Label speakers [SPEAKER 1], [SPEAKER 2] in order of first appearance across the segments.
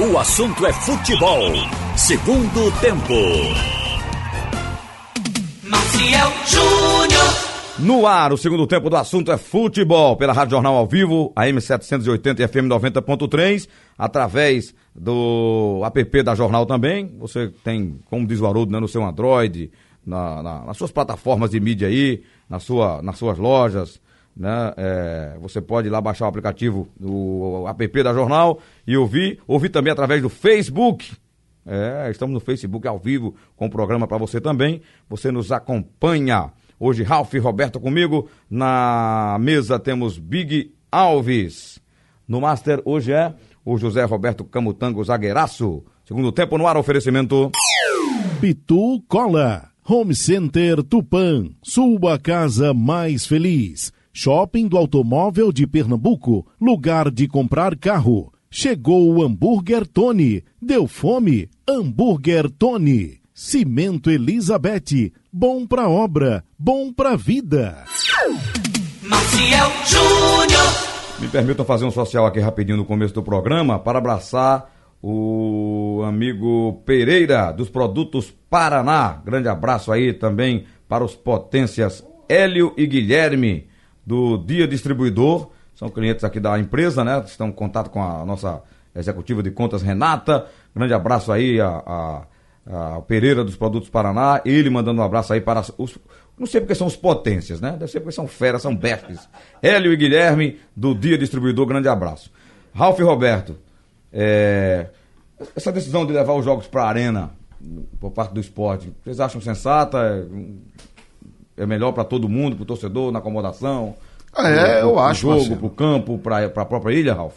[SPEAKER 1] O assunto é futebol. Segundo tempo.
[SPEAKER 2] Maciel Júnior.
[SPEAKER 3] No ar, o segundo tempo do assunto é futebol, pela Rádio Jornal ao vivo, AM 780 e FM 90.3, através do app da Jornal também. Você tem, como diz o Haroldo, né, no seu Android, na- na- nas suas plataformas de mídia aí, na sua, nas suas lojas, né? É, você pode ir lá baixar o aplicativo do app da Jornal e ouvir, ouvir também através do Facebook. É, estamos no Facebook ao vivo com o programa para você também. Você nos acompanha. Hoje, Ralf e Roberto comigo. Na mesa temos Big Alves. No Master, hoje é o José Roberto Camutango Zagueiraço. Segundo tempo no ar, oferecimento.
[SPEAKER 4] Pitu Cola, Home Center Tupã, sua casa mais feliz. Shopping do Automóvel de Pernambuco, lugar de comprar carro. Chegou o Hambúrguer Tony, deu fome? Hambúrguer Tony. Cimento Elizabeth, bom pra obra, bom pra vida.
[SPEAKER 2] Maciel Júnior.
[SPEAKER 3] Me permitam fazer um social aqui rapidinho no começo do programa para abraçar o amigo Pereira dos Produtos Paraná. Grande abraço aí também para os potências Hélio e Guilherme do Dia Distribuidor. São clientes aqui da empresa, né? Estão em contato com a nossa executiva de contas, Renata. Grande abraço aí a, a- a Ah, Pereira dos Produtos Paraná, ele mandando um abraço aí para os. Não sei porque são os potências, né? Deve ser porque são feras, são bestes. Hélio e Guilherme, do Dia Distribuidor, grande abraço. Ralf e Roberto, é, essa decisão de levar os jogos para a arena por parte do esporte, vocês acham sensata? É- É melhor para todo mundo, para o torcedor, na acomodação?
[SPEAKER 5] Ah, é, eu
[SPEAKER 3] pro
[SPEAKER 5] acho,
[SPEAKER 3] jogo,
[SPEAKER 5] Marcelo.
[SPEAKER 3] para o campo, para a própria ilha, Ralf?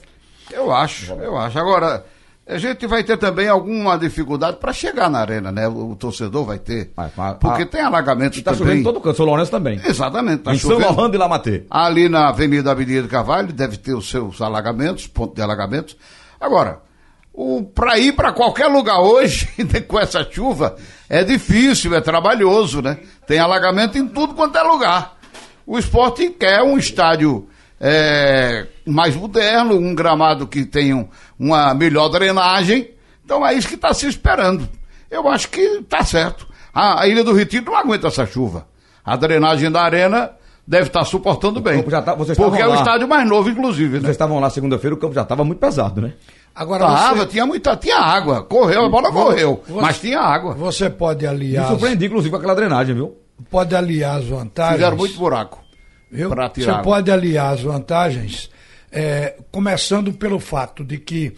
[SPEAKER 5] Eu acho, eu acho. Agora, a gente vai ter também alguma dificuldade para chegar na arena, né? O, o torcedor vai ter.
[SPEAKER 3] Vai, vai,
[SPEAKER 5] porque
[SPEAKER 3] ah,
[SPEAKER 5] tem alagamentos
[SPEAKER 3] Está
[SPEAKER 5] também.
[SPEAKER 3] chovendo todo canto, São Lourenço também.
[SPEAKER 5] Exatamente, tá
[SPEAKER 3] em São
[SPEAKER 5] chovendo.
[SPEAKER 3] Laurando e Lamatê.
[SPEAKER 5] Ali na Avenida Avenida de Carvalho deve ter os seus alagamentos, ponto de alagamentos. Agora, o para ir para qualquer lugar hoje com essa chuva é difícil, é trabalhoso, né? Tem alagamento em tudo quanto é lugar. O esporte quer um estádio eh, mais moderno, um gramado que tenha um- uma melhor drenagem. Então é isso que está se esperando. Eu acho que está certo. A, a Ilha do Retiro não aguenta essa chuva. A drenagem da arena deve estar suportando bem.
[SPEAKER 3] campo já tá- vocês
[SPEAKER 5] porque é
[SPEAKER 3] estavam
[SPEAKER 5] o
[SPEAKER 3] lá.
[SPEAKER 5] estádio mais novo, inclusive.
[SPEAKER 3] Vocês
[SPEAKER 5] Né?
[SPEAKER 3] estavam lá segunda-feira, o campo já estava muito pesado, né?
[SPEAKER 6] Agora
[SPEAKER 5] Tava,
[SPEAKER 6] você,
[SPEAKER 5] Ah, tinha muita, tinha água. Correu, a bola correu.
[SPEAKER 6] você-
[SPEAKER 5] Mas tinha água.
[SPEAKER 6] você pode
[SPEAKER 3] Me
[SPEAKER 6] aliar,
[SPEAKER 3] surpreendi, inclusive, com aquela drenagem, viu?
[SPEAKER 6] pode aliar as vantagens.
[SPEAKER 5] Fizeram muito buraco.
[SPEAKER 6] viu?
[SPEAKER 5] pra tirar
[SPEAKER 6] Você
[SPEAKER 5] água.
[SPEAKER 6] pode aliar as vantagens, eh, começando pelo fato de que,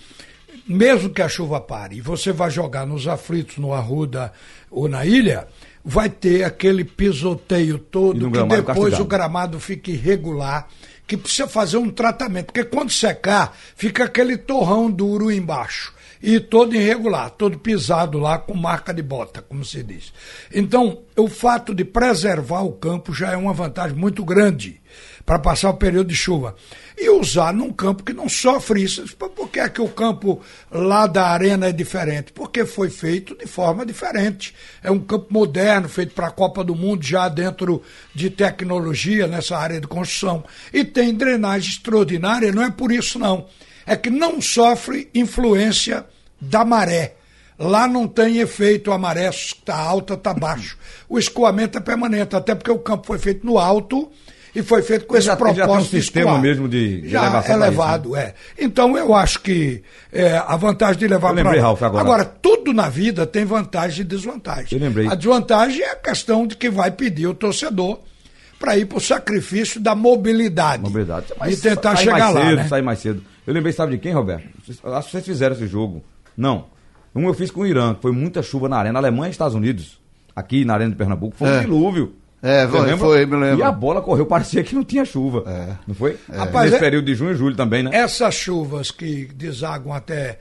[SPEAKER 6] mesmo que a chuva pare e você vá jogar nos aflitos, no Arruda ou na ilha, vai ter aquele pisoteio
[SPEAKER 3] E no
[SPEAKER 6] todo que
[SPEAKER 3] gramado
[SPEAKER 6] depois
[SPEAKER 3] castigado.
[SPEAKER 6] o gramado fica irregular, que precisa fazer um tratamento, porque quando secar, fica aquele torrão duro embaixo. E todo irregular, todo pisado lá com marca de bota, como se diz. Então, o fato de preservar o campo já é uma vantagem muito grande para passar o período de chuva. E usar num campo que não sofre isso. Por por que é que o campo lá da arena é diferente? Porque foi feito de forma diferente. É um campo moderno, feito para a Copa do Mundo, já dentro de tecnologia, nessa área de construção. E tem drenagem extraordinária, não é por isso não. É que não sofre influência da maré. Lá não tem efeito, a maré está alta, está baixo. O escoamento é permanente, até porque o campo foi feito no alto e foi feito com
[SPEAKER 3] E
[SPEAKER 6] esse
[SPEAKER 3] já- já tem um
[SPEAKER 6] propósito de
[SPEAKER 3] sistema
[SPEAKER 6] escoar.
[SPEAKER 3] mesmo de- de
[SPEAKER 6] já
[SPEAKER 3] elevação pra
[SPEAKER 6] elevado, é. Então eu acho que é, a vantagem de levar
[SPEAKER 3] Eu lembrei, Ralf, agora.
[SPEAKER 6] tudo na vida tem vantagem e desvantagem.
[SPEAKER 3] Eu lembrei.
[SPEAKER 6] A desvantagem é a questão de que vai pedir o torcedor para ir para o sacrifício da mobilidade.
[SPEAKER 3] Mobilidade.
[SPEAKER 6] E tentar
[SPEAKER 3] sai
[SPEAKER 6] chegar
[SPEAKER 3] mais
[SPEAKER 6] lá.
[SPEAKER 3] cedo,
[SPEAKER 6] né?
[SPEAKER 3] Sai mais cedo. Eu lembrei, sabe de quem, Roberto? Vocês- Acho que vocês fizeram esse jogo. Não. Um eu fiz com o Irã, que foi muita chuva na arena. Alemanha e Estados Unidos. Aqui na arena de Pernambuco. Foi um
[SPEAKER 5] É.
[SPEAKER 3] dilúvio.
[SPEAKER 5] É,
[SPEAKER 3] Você
[SPEAKER 5] foi-
[SPEAKER 3] lembra?
[SPEAKER 5] foi, me lembro.
[SPEAKER 3] E a bola correu, parecia que não tinha chuva.
[SPEAKER 5] É.
[SPEAKER 3] Não foi?
[SPEAKER 6] Rapaz,
[SPEAKER 3] Nesse
[SPEAKER 6] é-
[SPEAKER 3] período de junho e julho também, né?
[SPEAKER 6] Essas chuvas que desagam até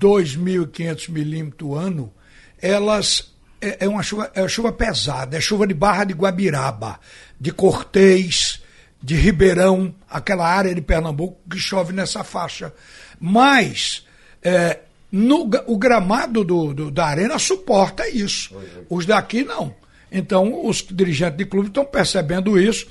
[SPEAKER 6] 2.500 milímetros ano, elas é, é uma chuva, é uma chuva pesada, é chuva de Barra de Guabiraba, de Cortês, de Ribeirão, aquela área de Pernambuco que chove nessa faixa. Mas é, no gra- o gramado do- do- da arena suporta isso. Os daqui não. Então, os dirigentes de clube estão percebendo isso.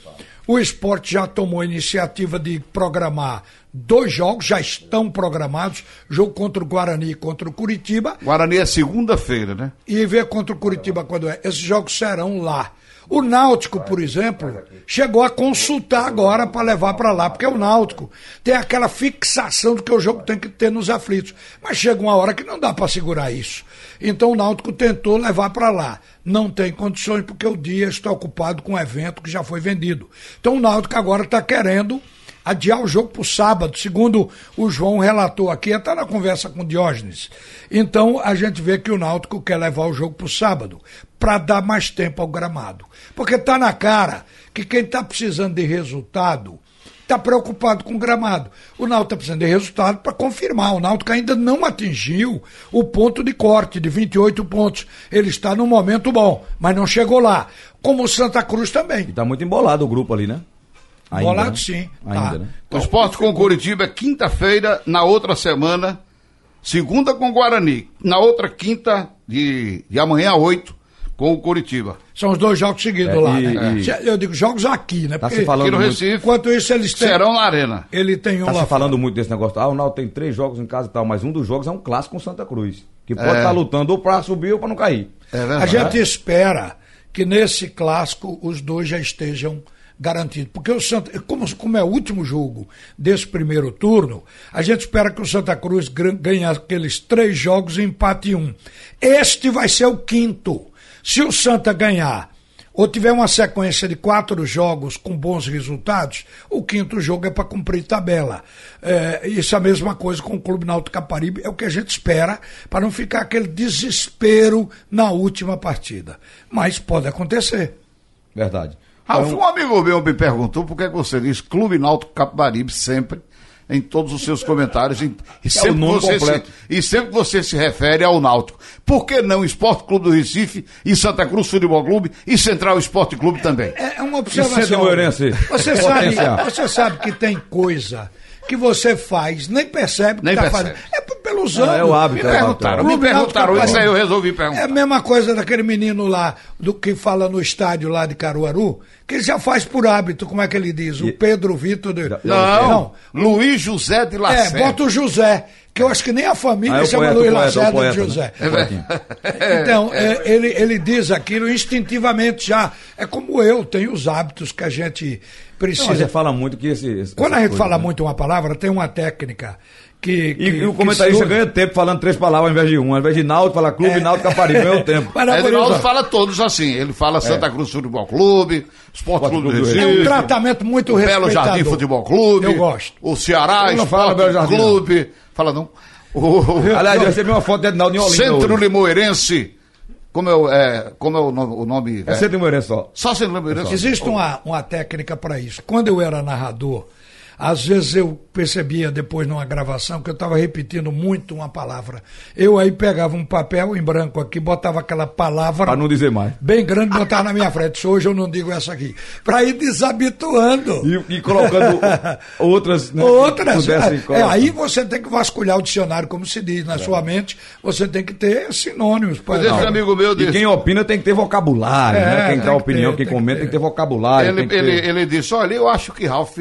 [SPEAKER 6] O esporte já tomou a iniciativa de programar dois jogos, já estão programados: jogo contra o Guarani e contra o Curitiba.
[SPEAKER 5] Guarani é segunda-feira, né?
[SPEAKER 6] E ver contra o Curitiba quando é. Esses jogos serão lá. O Náutico, por exemplo, chegou a consultar agora para levar para lá, porque o Náutico tem aquela fixação do que o jogo tem que ter nos aflitos. Mas chega uma hora que não dá para segurar isso. Então o Náutico tentou levar para lá. Não tem condições, porque o dia está ocupado com um evento que já foi vendido. Então o Náutico agora está querendo adiar o jogo para o sábado, segundo o João relatou aqui, até na conversa com o Diógenes. Então a gente vê que o Náutico quer levar o jogo para o sábado, para dar mais tempo ao gramado. Porque tá na cara que quem está precisando de resultado está preocupado com o gramado. O Náutico está precisando de resultado para confirmar. O Náutico ainda não atingiu o ponto de corte de 28 pontos. Ele está num momento bom, mas não chegou lá. Como o Santa Cruz também.
[SPEAKER 3] E tá muito embolado o grupo ali, né? Ainda,
[SPEAKER 6] Bolado
[SPEAKER 3] né?
[SPEAKER 6] sim.
[SPEAKER 3] Ainda,
[SPEAKER 6] tá.
[SPEAKER 3] né?
[SPEAKER 5] O esporte com o Curitiba é quinta-feira, na outra semana. Segunda com o Guarani. Na outra quinta, de, de amanhã a oito, com o Curitiba.
[SPEAKER 6] São os dois jogos seguidos
[SPEAKER 3] É,
[SPEAKER 6] lá,
[SPEAKER 3] e-
[SPEAKER 6] né?
[SPEAKER 3] e-
[SPEAKER 6] Se- Eu digo jogos aqui, né?
[SPEAKER 3] Tá
[SPEAKER 6] Porque
[SPEAKER 3] se falando
[SPEAKER 5] Aqui no
[SPEAKER 3] muito.
[SPEAKER 5] Recife,
[SPEAKER 6] Enquanto isso, eles têm.
[SPEAKER 5] serão na Arena.
[SPEAKER 6] Ele tem um
[SPEAKER 3] Tá
[SPEAKER 6] lá
[SPEAKER 3] se falando muito desse negócio. Ah, o Náutico tem três jogos em casa e tal, mas um dos jogos é um clássico com Santa Cruz. Que pode estar
[SPEAKER 5] É.
[SPEAKER 3] lutando ou pra subir ou pra não cair.
[SPEAKER 5] É
[SPEAKER 6] A
[SPEAKER 5] verdade.
[SPEAKER 6] gente espera que nesse clássico os dois já estejam garantidos. Porque o Santa, como, como é o último jogo desse primeiro turno, a gente espera que o Santa Cruz gran- ganhe aqueles três jogos e empate em um. Este vai ser o quinto. Se o Santa ganhar ou tiver uma sequência de quatro jogos com bons resultados, o quinto jogo é para cumprir tabela. É, isso é a mesma coisa com o Clube Náutico Caparibe, é o que a gente espera para não ficar aquele desespero na última partida. Mas pode acontecer.
[SPEAKER 3] Verdade.
[SPEAKER 5] Ralf, um amigo meu me perguntou por que você diz Clube Náutico Capibaribe sempre em todos os seus comentários em- e, sempre que
[SPEAKER 3] nome
[SPEAKER 5] você se,
[SPEAKER 3] completo.
[SPEAKER 5] e sempre que você se refere ao Náutico. Por que não Esporte Clube do Recife e Santa Cruz Futebol Clube e Central Esporte Clube também?
[SPEAKER 6] É é uma
[SPEAKER 3] Vicente
[SPEAKER 6] observação.
[SPEAKER 3] Moirense,
[SPEAKER 6] Você sabe,
[SPEAKER 3] potencial.
[SPEAKER 6] você sabe que tem coisa que você faz, nem percebe que
[SPEAKER 5] Nem
[SPEAKER 6] está
[SPEAKER 5] percebe.
[SPEAKER 6] fazendo. É p- pelos
[SPEAKER 3] Não,
[SPEAKER 6] anos.
[SPEAKER 3] é o hábito,
[SPEAKER 5] Me
[SPEAKER 3] é o hábito.
[SPEAKER 5] perguntaram, me
[SPEAKER 6] Clube Náutico
[SPEAKER 5] perguntaram,
[SPEAKER 6] Capibaribe.
[SPEAKER 5] isso aí eu resolvi perguntar.
[SPEAKER 6] É a mesma coisa daquele menino lá, do que fala no estádio lá de Caruaru, que ele já faz por hábito, como é que ele diz? O
[SPEAKER 3] E-
[SPEAKER 6] Pedro Vitor. De...
[SPEAKER 5] Não, Luiz José de
[SPEAKER 6] É,
[SPEAKER 5] Lacerda.
[SPEAKER 6] bota o José, que eu acho que nem a família
[SPEAKER 3] Tá Ah, é o
[SPEAKER 6] chama
[SPEAKER 3] poeta,
[SPEAKER 6] Luiz
[SPEAKER 3] o poeta,
[SPEAKER 6] Lacerda
[SPEAKER 3] o poeta,
[SPEAKER 6] de José. É
[SPEAKER 3] né?
[SPEAKER 6] Então, é, ele, ele diz aquilo instintivamente já. É como eu, tem os hábitos que a gente
[SPEAKER 3] Não, é a
[SPEAKER 6] precisa.
[SPEAKER 3] gente fala muito que esse. esse-
[SPEAKER 6] Quando a
[SPEAKER 3] essa
[SPEAKER 6] gente
[SPEAKER 3] coisa,
[SPEAKER 6] fala
[SPEAKER 3] né?
[SPEAKER 6] muito uma palavra, tem uma técnica que.
[SPEAKER 3] E,
[SPEAKER 6] que-
[SPEAKER 3] e o
[SPEAKER 6] que
[SPEAKER 3] comentarista
[SPEAKER 6] surge. É.
[SPEAKER 3] ganha tempo falando três palavras ao invés de uma. Ao invés de Náutico, fala Clube Náutico Caparibe, ganha o tempo.
[SPEAKER 6] Mas, na
[SPEAKER 5] Edinaldo
[SPEAKER 6] verdade,
[SPEAKER 5] fala todos assim. Ele fala Santa Cruz Futebol Clube, Esporte Clube do Recife.
[SPEAKER 6] É um tratamento muito
[SPEAKER 5] Belo Jardim
[SPEAKER 6] respeitador.
[SPEAKER 5] Futebol Clube.
[SPEAKER 6] Eu gosto.
[SPEAKER 5] O Ceará
[SPEAKER 3] Eu não
[SPEAKER 5] Esporte
[SPEAKER 3] falo Belo Jardim,
[SPEAKER 5] Clube. Fala não. O
[SPEAKER 3] Aliás, eu recebi uma foto de Edinaldo em Olinda.
[SPEAKER 5] Centro
[SPEAKER 3] hoje.
[SPEAKER 5] Limoeirense. Como é, o- é, como é o nome? O nome
[SPEAKER 3] É
[SPEAKER 5] é?
[SPEAKER 3] Centro um Moirense só.
[SPEAKER 5] Só Centro Limoeirense?
[SPEAKER 6] Existe uma, uma técnica para isso. Quando eu era narrador, às vezes eu percebia depois numa gravação que eu estava repetindo muito uma palavra. Eu aí pegava um papel em branco aqui, botava aquela palavra
[SPEAKER 3] Pra não dizer mais.
[SPEAKER 6] bem grande, botava na minha frente. Disse, Hoje eu não digo essa aqui. Para ir desabituando.
[SPEAKER 3] E, e colocando o- outras. né, que
[SPEAKER 6] Outras.
[SPEAKER 3] pudessem
[SPEAKER 6] É,
[SPEAKER 3] colocar. É.
[SPEAKER 6] aí você tem que vasculhar o dicionário, como se diz. Na sua mente, você tem que ter sinônimos. pra-
[SPEAKER 5] Mas esse é, amigo meu
[SPEAKER 3] E
[SPEAKER 5] disse.
[SPEAKER 3] quem opina tem que ter vocabulário,
[SPEAKER 6] É,
[SPEAKER 3] né? Quem
[SPEAKER 6] tem
[SPEAKER 3] dá
[SPEAKER 6] que
[SPEAKER 3] opinião,
[SPEAKER 6] ter,
[SPEAKER 3] quem
[SPEAKER 6] tem que
[SPEAKER 3] comenta
[SPEAKER 6] ter.
[SPEAKER 3] tem que ter vocabulário.
[SPEAKER 5] Ele,
[SPEAKER 3] tem que
[SPEAKER 5] ele,
[SPEAKER 3] ter-
[SPEAKER 5] ele disse: Olha, eu acho que Ralph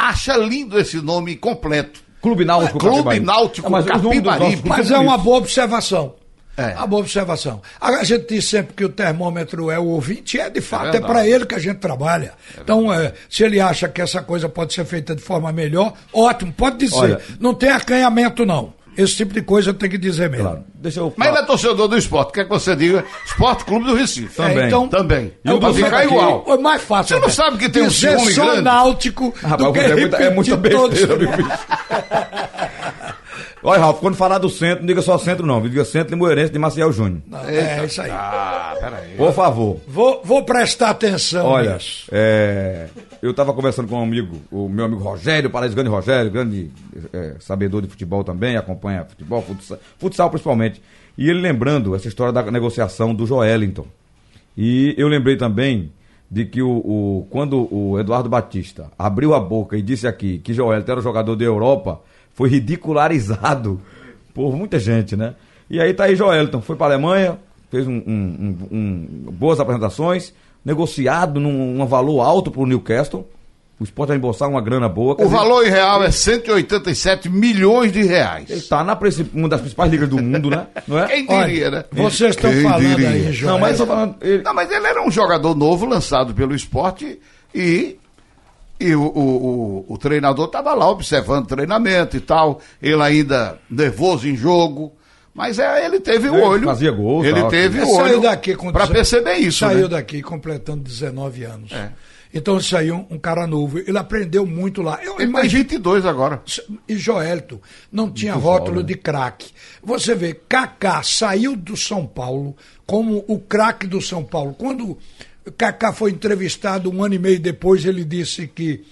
[SPEAKER 5] acha lindo esse nome completo.
[SPEAKER 3] Clube Náutico
[SPEAKER 5] Clube
[SPEAKER 3] Capibaribe.
[SPEAKER 5] Náutico
[SPEAKER 3] Ah, mas os nomes dos
[SPEAKER 5] Capibaribe.
[SPEAKER 3] nossos clubes
[SPEAKER 6] Mas é
[SPEAKER 3] são
[SPEAKER 6] uma
[SPEAKER 3] bonitos.
[SPEAKER 6] boa observação.
[SPEAKER 5] É.
[SPEAKER 6] Uma boa observação. A gente diz sempre que o termômetro é o ouvinte, e é de fato, é,
[SPEAKER 5] verdade.
[SPEAKER 6] para ele que a gente trabalha. então, é, se ele acha que essa coisa pode ser feita de forma melhor, ótimo, pode dizer.
[SPEAKER 3] Olha-
[SPEAKER 6] não tem acanhamento, não. Esse tipo de coisa tem que dizer mesmo.
[SPEAKER 3] Claro. Deixa eu
[SPEAKER 5] Mas ele
[SPEAKER 3] falar.
[SPEAKER 5] é torcedor do esporte. Quer que você diga? Esporte Clube do Recife. É, então,
[SPEAKER 3] Também.
[SPEAKER 5] Também.
[SPEAKER 3] E o
[SPEAKER 5] Pra
[SPEAKER 3] do
[SPEAKER 5] ficar
[SPEAKER 3] Santa aqui?
[SPEAKER 5] igual.
[SPEAKER 6] É mais fácil.
[SPEAKER 5] Você não
[SPEAKER 6] até.
[SPEAKER 5] sabe que tem um
[SPEAKER 6] dizer
[SPEAKER 5] ciúme
[SPEAKER 6] só
[SPEAKER 5] grande?
[SPEAKER 6] náutico do
[SPEAKER 3] Rapaz,
[SPEAKER 6] que
[SPEAKER 3] é muita, é muita
[SPEAKER 6] repetir todos.
[SPEAKER 3] besteira, meu bicho. Olha, Ralf, quando falar do centro, não diga só centro, não. Diga centro limoeirense de Maciel Júnior.
[SPEAKER 6] Não, É isso aí.
[SPEAKER 5] Ah, peraí.
[SPEAKER 3] Por favor.
[SPEAKER 6] Vou, vou prestar atenção.
[SPEAKER 3] Olha,
[SPEAKER 6] nisso.
[SPEAKER 3] é, eu estava conversando com um amigo, o meu amigo Rogério, Paraíso Grande Rogério, grande é, sabedor de futebol também, acompanha futebol, futsal, futsal principalmente. E ele lembrando essa história da negociação do Joelinton. E eu lembrei também de que o, o- quando o Eduardo Batista abriu a boca e disse aqui que Joelinton era um jogador da Europa, foi ridicularizado por muita gente, né? E aí tá aí Joelton, foi para a Alemanha, fez um, um- um- um- boas apresentações, negociado num num valor alto pro Newcastle. O Sport vai embolsar uma grana boa. quer
[SPEAKER 5] O
[SPEAKER 3] dizer,
[SPEAKER 5] valor em real é 187 milhões de
[SPEAKER 3] Ele
[SPEAKER 5] reais.
[SPEAKER 3] tá na princip- uma das principais ligas do mundo, né? Não é?
[SPEAKER 5] Quem diria, né?
[SPEAKER 6] Vocês estão
[SPEAKER 5] Quem
[SPEAKER 6] falando
[SPEAKER 5] diria?
[SPEAKER 6] aí, João.
[SPEAKER 3] Não, mas eu tô falando. ele-
[SPEAKER 5] Não, mas ele era um jogador novo lançado pelo esporte e, e o, o, o- o treinador estava lá observando o treinamento e tal. Ele ainda nervoso em jogo. Mas é, ele teve o
[SPEAKER 3] Ele
[SPEAKER 5] olho.
[SPEAKER 3] fazia gol,
[SPEAKER 5] Ele
[SPEAKER 3] tal,
[SPEAKER 5] teve
[SPEAKER 6] Ele
[SPEAKER 5] o olho
[SPEAKER 6] saiu daqui com
[SPEAKER 5] pra
[SPEAKER 6] 19
[SPEAKER 5] perceber isso.
[SPEAKER 6] Saiu
[SPEAKER 5] né?
[SPEAKER 6] daqui completando 19 anos.
[SPEAKER 5] É.
[SPEAKER 6] Então saiu um cara novo. Ele aprendeu muito lá. Eu
[SPEAKER 5] Ele tem
[SPEAKER 6] imagino.
[SPEAKER 5] 22 agora.
[SPEAKER 6] E Joelito não tinha rótulo
[SPEAKER 3] jovem.
[SPEAKER 6] de craque. Você vê, Kaká saiu do São Paulo como o craque do São Paulo. Quando Kaká foi entrevistado um ano e meio depois, ele disse que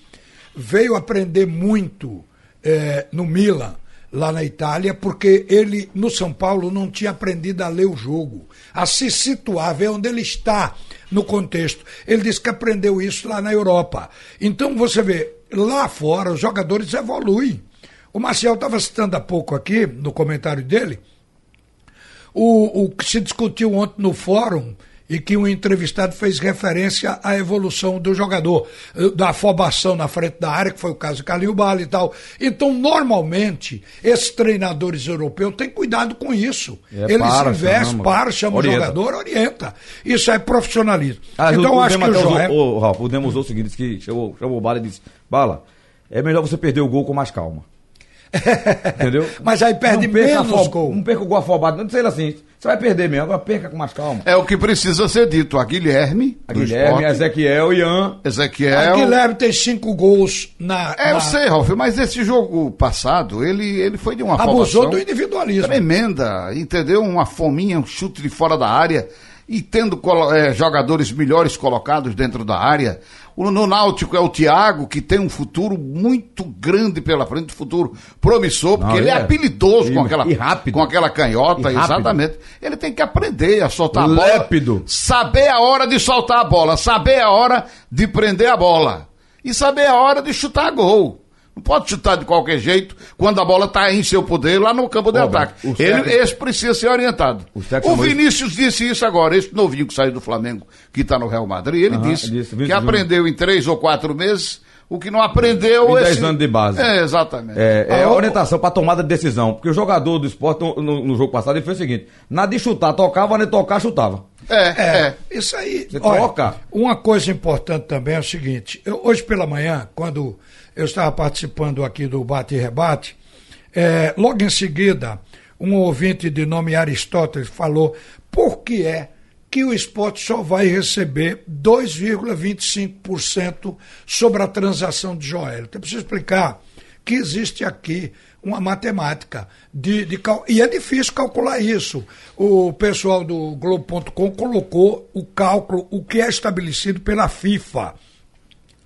[SPEAKER 6] veio aprender muito eh, no Milan, lá na Itália, porque ele, no São Paulo, não tinha aprendido a ler o jogo, a se situar, ver é onde ele está no contexto. Ele disse que aprendeu isso lá na Europa. Então, você vê, lá fora, os jogadores evoluem. O Marcel estava citando há pouco aqui, no comentário dele, o, o que se discutiu ontem no fórum e que um entrevistado fez referência à evolução do jogador, eh, da afobação na frente da área, que foi o caso do Calil Bala e tal. Então, normalmente, esses treinadores europeus têm cuidado com isso.
[SPEAKER 3] É,
[SPEAKER 6] Eles
[SPEAKER 3] para,
[SPEAKER 6] investem,
[SPEAKER 3] chama,
[SPEAKER 6] param, chamam
[SPEAKER 3] orienta.
[SPEAKER 6] o jogador, orienta. Isso é profissionalismo.
[SPEAKER 3] Ah,
[SPEAKER 6] então,
[SPEAKER 3] o,
[SPEAKER 6] eu
[SPEAKER 3] o
[SPEAKER 6] acho que
[SPEAKER 3] Dema
[SPEAKER 6] o
[SPEAKER 3] até
[SPEAKER 6] João...
[SPEAKER 3] usou, ô, Ralf, o Dema usou o seguinte, disse que chamou, chamou o Bala e disse, Bala, é melhor você perder o gol com mais calma. Entendeu?
[SPEAKER 6] Mas aí perde
[SPEAKER 3] Não perca
[SPEAKER 6] menos
[SPEAKER 3] afo-
[SPEAKER 6] gol.
[SPEAKER 3] Não perca o gol afobado. Não sei lá assim, você vai perder mesmo, agora perca com mais calma.
[SPEAKER 5] É o que precisa ser dito. A Guilherme,
[SPEAKER 3] A
[SPEAKER 5] do
[SPEAKER 3] Guilherme, a
[SPEAKER 5] Sport,
[SPEAKER 3] Ezequiel, Ian.
[SPEAKER 5] Ezequiel.
[SPEAKER 6] O Guilherme tem cinco gols na...
[SPEAKER 5] É,
[SPEAKER 6] na-
[SPEAKER 5] eu sei, Ralf, mas esse jogo passado, ele, ele foi de uma
[SPEAKER 6] Abusou
[SPEAKER 5] afobação
[SPEAKER 6] do individualismo.
[SPEAKER 5] tremenda, entendeu? Uma fominha, um chute de fora da área e tendo colo- eh, jogadores melhores colocados dentro da área. O, no Náutico é o Thiago, que tem um futuro muito grande pela frente, um futuro promissor, porque
[SPEAKER 3] Não,
[SPEAKER 5] ele é,
[SPEAKER 3] ele é-
[SPEAKER 5] habilidoso com,
[SPEAKER 3] e-
[SPEAKER 5] aquela,
[SPEAKER 3] e rápido.
[SPEAKER 5] com aquela canhota,
[SPEAKER 3] E rápido.
[SPEAKER 5] exatamente. Ele tem que aprender a soltar a bola.
[SPEAKER 3] Lépido.
[SPEAKER 5] Saber a hora de soltar a bola, saber a hora de prender a bola e saber a hora de chutar gol. Não pode chutar de qualquer jeito quando a bola está em seu poder lá no campo de
[SPEAKER 3] Ó,
[SPEAKER 5] ataque.
[SPEAKER 3] o
[SPEAKER 5] tá. Ele,
[SPEAKER 3] técnico-
[SPEAKER 5] Esse precisa ser orientado.
[SPEAKER 3] Os
[SPEAKER 5] O
[SPEAKER 3] técnicos-
[SPEAKER 5] Vinícius disse isso agora, esse novinho que saiu do Flamengo, que está no Real Madrid, ele
[SPEAKER 3] Aham,
[SPEAKER 5] disse,
[SPEAKER 3] disse, Vinícius
[SPEAKER 5] que
[SPEAKER 3] Júnior.
[SPEAKER 5] aprendeu em três ou quatro meses o que não aprendeu.
[SPEAKER 3] Em
[SPEAKER 5] esse...
[SPEAKER 3] 10 anos de base.
[SPEAKER 5] É, exatamente.
[SPEAKER 3] É, é
[SPEAKER 5] Ah,
[SPEAKER 3] a
[SPEAKER 5] o-
[SPEAKER 3] orientação para tomada de decisão. Porque o jogador do esporte no, no- no jogo passado ele fez o seguinte: nada de chutar, tocava, nem tocar, chutava.
[SPEAKER 5] É,
[SPEAKER 6] É,
[SPEAKER 5] é.
[SPEAKER 6] isso aí.
[SPEAKER 3] Você troca.
[SPEAKER 6] Uma coisa importante também é o seguinte: eu- hoje pela manhã, quando eu estava participando aqui do Bate e Rebate, é, logo em seguida, um ouvinte de nome Aristóteles falou por que é que o esporte só vai receber 2,25% sobre a transação de Joel. Então, eu preciso explicar que existe aqui uma matemática de, de cal- e é difícil calcular isso. O pessoal do Globo.com colocou o cálculo, o que é estabelecido pela FIFA.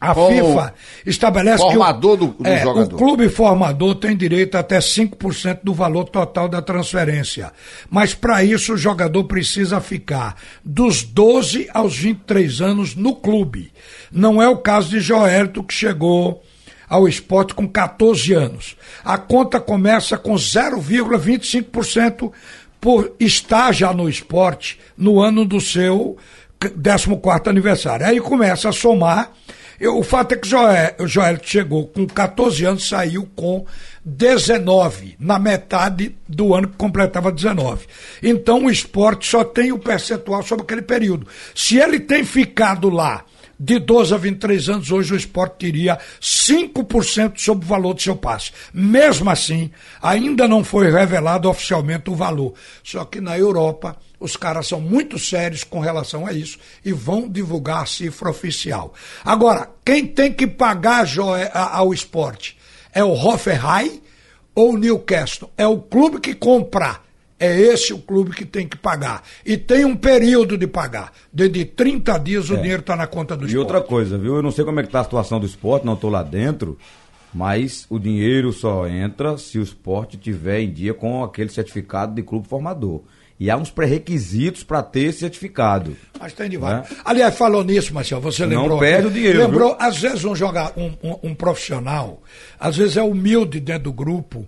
[SPEAKER 6] A
[SPEAKER 5] Como
[SPEAKER 6] FIFA estabelece
[SPEAKER 5] formador
[SPEAKER 6] que
[SPEAKER 5] do-
[SPEAKER 6] o,
[SPEAKER 5] do
[SPEAKER 6] é,
[SPEAKER 5] jogador.
[SPEAKER 6] o clube formador tem direito a até 5% do valor total da transferência. Mas para isso o jogador precisa ficar dos 12 aos 23 anos no clube. Não é o caso de Joelito que chegou ao esporte com 14 anos. A conta começa com 0,25% por estar já no esporte no ano do seu 14 aniversário. Aí começa a somar. Eu- o fato é que Joel, o Joel chegou com 14 anos, saiu com 19, na metade do ano que completava 19. Então o esporte só tem o percentual sobre aquele período. Se ele tem ficado lá de 12 a 23 anos, hoje o esporte teria 5% sobre o valor do seu passe. Mesmo assim, ainda não foi revelado oficialmente o valor. Só que na Europa, os caras são muito sérios com relação a isso e vão divulgar a cifra oficial. Agora, quem tem que pagar jo- a- ao esporte é o Hoffenheim ou o Newcastle? É o clube que comprar. É esse o clube que tem que pagar. E tem um período de pagar. Dentro de 30 dias o
[SPEAKER 3] É.
[SPEAKER 6] dinheiro está na conta do
[SPEAKER 3] E
[SPEAKER 6] esporte.
[SPEAKER 3] outra coisa, viu? Eu não sei como é que tá a situação do esporte, não tô lá dentro, mas o dinheiro só entra se o esporte tiver em dia com aquele certificado de clube formador. E há uns pré-requisitos para ter esse certificado.
[SPEAKER 6] Mas tem de vários.
[SPEAKER 3] Né?
[SPEAKER 6] Aliás, falou nisso, Marcelo, você
[SPEAKER 3] Não
[SPEAKER 6] lembrou.
[SPEAKER 3] perde o dinheiro,
[SPEAKER 6] Lembrou,
[SPEAKER 3] viu?
[SPEAKER 6] às vezes um, joga, um, um, um profissional, às vezes é humilde dentro do grupo,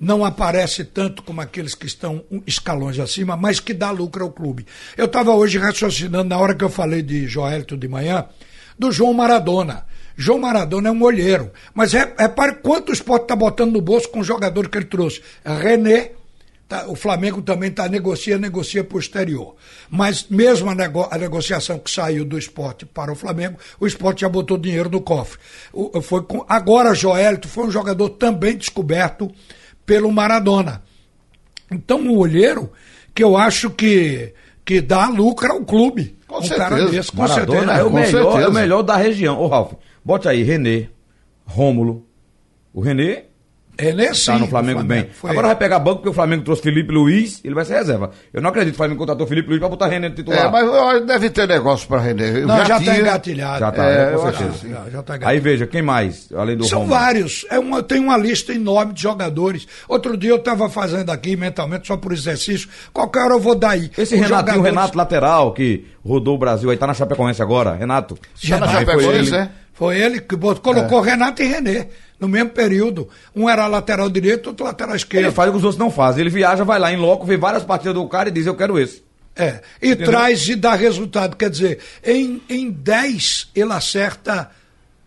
[SPEAKER 6] não aparece tanto como aqueles que estão um- escalões acima, mas que dá lucro ao clube. Eu estava hoje raciocinando, na hora que eu falei de Joelito de manhã, do João Maradona. João Maradona é um olheiro, mas re- repare quanto o esporte está botando no bolso com o jogador que ele trouxe. René, Tá, o Flamengo também está negocia, negocia para o exterior. Mas mesmo a, nego- a negociação que saiu do esporte para o Flamengo, o esporte já botou dinheiro no cofre. O- foi com, agora, Joelito foi um jogador também descoberto pelo Maradona. Então, um olheiro que eu acho que, que dá lucro ao clube.
[SPEAKER 5] Com
[SPEAKER 6] um cara
[SPEAKER 5] certeza.
[SPEAKER 6] desse, com
[SPEAKER 3] Maradona
[SPEAKER 6] certeza.
[SPEAKER 3] é o
[SPEAKER 5] com
[SPEAKER 3] melhor,
[SPEAKER 5] certeza.
[SPEAKER 3] é o melhor da região. Ô, Ralf, bote aí René, Rômulo. O René
[SPEAKER 6] É nesse.
[SPEAKER 3] tá no Flamengo, bem.
[SPEAKER 6] Foi.
[SPEAKER 3] Agora vai pegar banco porque o Flamengo trouxe Felipe Luiz, ele vai ser reserva. Eu não acredito que o Flamengo contratou Felipe Luiz pra botar René no titular.
[SPEAKER 5] É, mas ó, deve ter negócio pra René. Eu
[SPEAKER 6] Não, já está
[SPEAKER 5] tinha-
[SPEAKER 6] engatilhado.
[SPEAKER 3] Já tá,
[SPEAKER 5] É,
[SPEAKER 3] né?
[SPEAKER 5] eu
[SPEAKER 3] com
[SPEAKER 5] acho
[SPEAKER 3] certeza.
[SPEAKER 5] que sim.
[SPEAKER 6] Já, já tá
[SPEAKER 3] Aí veja, quem mais, além do
[SPEAKER 6] São
[SPEAKER 3] Rômulo?
[SPEAKER 6] vários. É uma, tem uma lista enorme de jogadores. Outro dia eu estava fazendo aqui mentalmente, só por exercício. Qualquer hora eu vou dar aí.
[SPEAKER 3] Esse
[SPEAKER 6] Os
[SPEAKER 3] Renato, tem o
[SPEAKER 6] jogadores-
[SPEAKER 3] Renato lateral que rodou o Brasil aí, tá na Chapecoense agora, Renato.
[SPEAKER 5] Tá na
[SPEAKER 3] Aí foi
[SPEAKER 5] Chapecoense,
[SPEAKER 3] ele.
[SPEAKER 5] né?
[SPEAKER 6] Foi ele que botou- colocou Renato e René no mesmo período. Um era lateral direito, outro lateral
[SPEAKER 3] Ele
[SPEAKER 6] esquerdo.
[SPEAKER 3] faz o que os outros não fazem. Ele viaja, vai lá em loco, vê várias partidas do cara e diz: Eu quero esse.
[SPEAKER 6] É. E traz e dá resultado. Quer dizer, em, em 10 ele acerta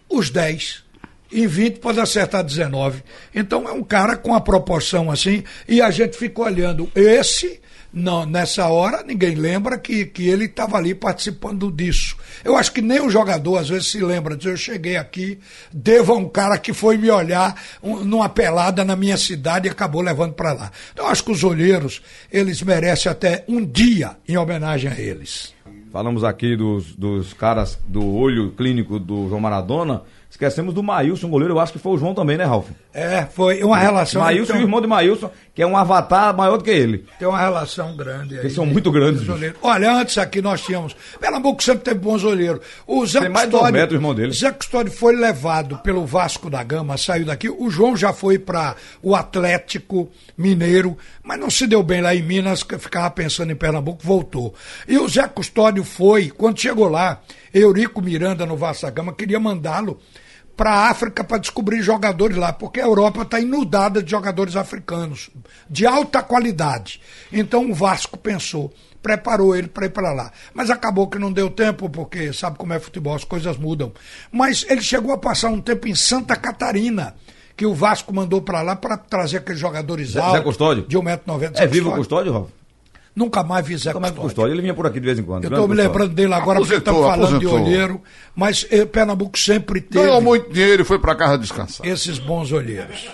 [SPEAKER 6] os 10. Em 20 pode acertar 19. Então é um cara com a proporção assim. E a gente fica olhando. Esse, não, nessa hora, ninguém lembra que, que ele estava ali participando disso. Eu acho que nem o jogador às vezes se lembra. Diz, eu cheguei aqui, devo a um cara que foi me olhar um- numa pelada na minha cidade e acabou levando para lá. Então eu acho que os olheiros, eles merecem até um dia em homenagem a eles.
[SPEAKER 3] Falamos aqui dos, dos caras do olho clínico do João Maradona. Esquecemos do Maílson, goleiro. Eu acho que foi o João também, né, Ralf?
[SPEAKER 6] É, foi uma relação.
[SPEAKER 3] Maílson e o
[SPEAKER 6] então-
[SPEAKER 3] irmão de Maílson, que é um avatar maior do que ele.
[SPEAKER 6] Tem uma relação grande aí.
[SPEAKER 3] Eles são muito grandes.
[SPEAKER 6] Os olheiros. Olha, antes aqui nós tínhamos. Pernambuco sempre teve bons olheiros. O Zé
[SPEAKER 3] Tem mais dois
[SPEAKER 6] Custódio,
[SPEAKER 3] metros, irmão dele.
[SPEAKER 6] Zé Custódio foi levado pelo Vasco da Gama, saiu daqui. O João já foi para o Atlético Mineiro, mas não se deu bem lá em Minas, que ficava pensando em Pernambuco, voltou. E o Zé Custódio foi, quando chegou lá, Eurico Miranda no Vasco da Gama queria mandá-lo para a África para descobrir jogadores lá, porque a Europa está inundada de jogadores africanos de alta qualidade. Então o Vasco pensou, preparou ele para ir para lá, mas acabou que não deu tempo porque sabe como é futebol, as coisas mudam. Mas ele chegou a passar um tempo em Santa Catarina, que o Vasco mandou para lá para trazer aqueles jogadores
[SPEAKER 3] Zé
[SPEAKER 6] altos.
[SPEAKER 3] Custódio?
[SPEAKER 6] De 1,90m.
[SPEAKER 3] É vivo o Custódio, Ralf?
[SPEAKER 6] Nunca mais vi Zé
[SPEAKER 3] Como é que o
[SPEAKER 6] Custódio.
[SPEAKER 3] Custódio? Ele vinha por aqui de vez em quando.
[SPEAKER 6] Eu
[SPEAKER 3] Grande
[SPEAKER 6] estou me
[SPEAKER 3] Custódio.
[SPEAKER 6] lembrando dele agora, porque
[SPEAKER 5] Aposentou,
[SPEAKER 6] estamos falando de
[SPEAKER 5] aposentou. é
[SPEAKER 6] olheiro, mas eh, Pernambuco sempre teve
[SPEAKER 5] Ganhou muito dinheiro e foi pra casa descansar.
[SPEAKER 3] É
[SPEAKER 6] esses bons olheiros.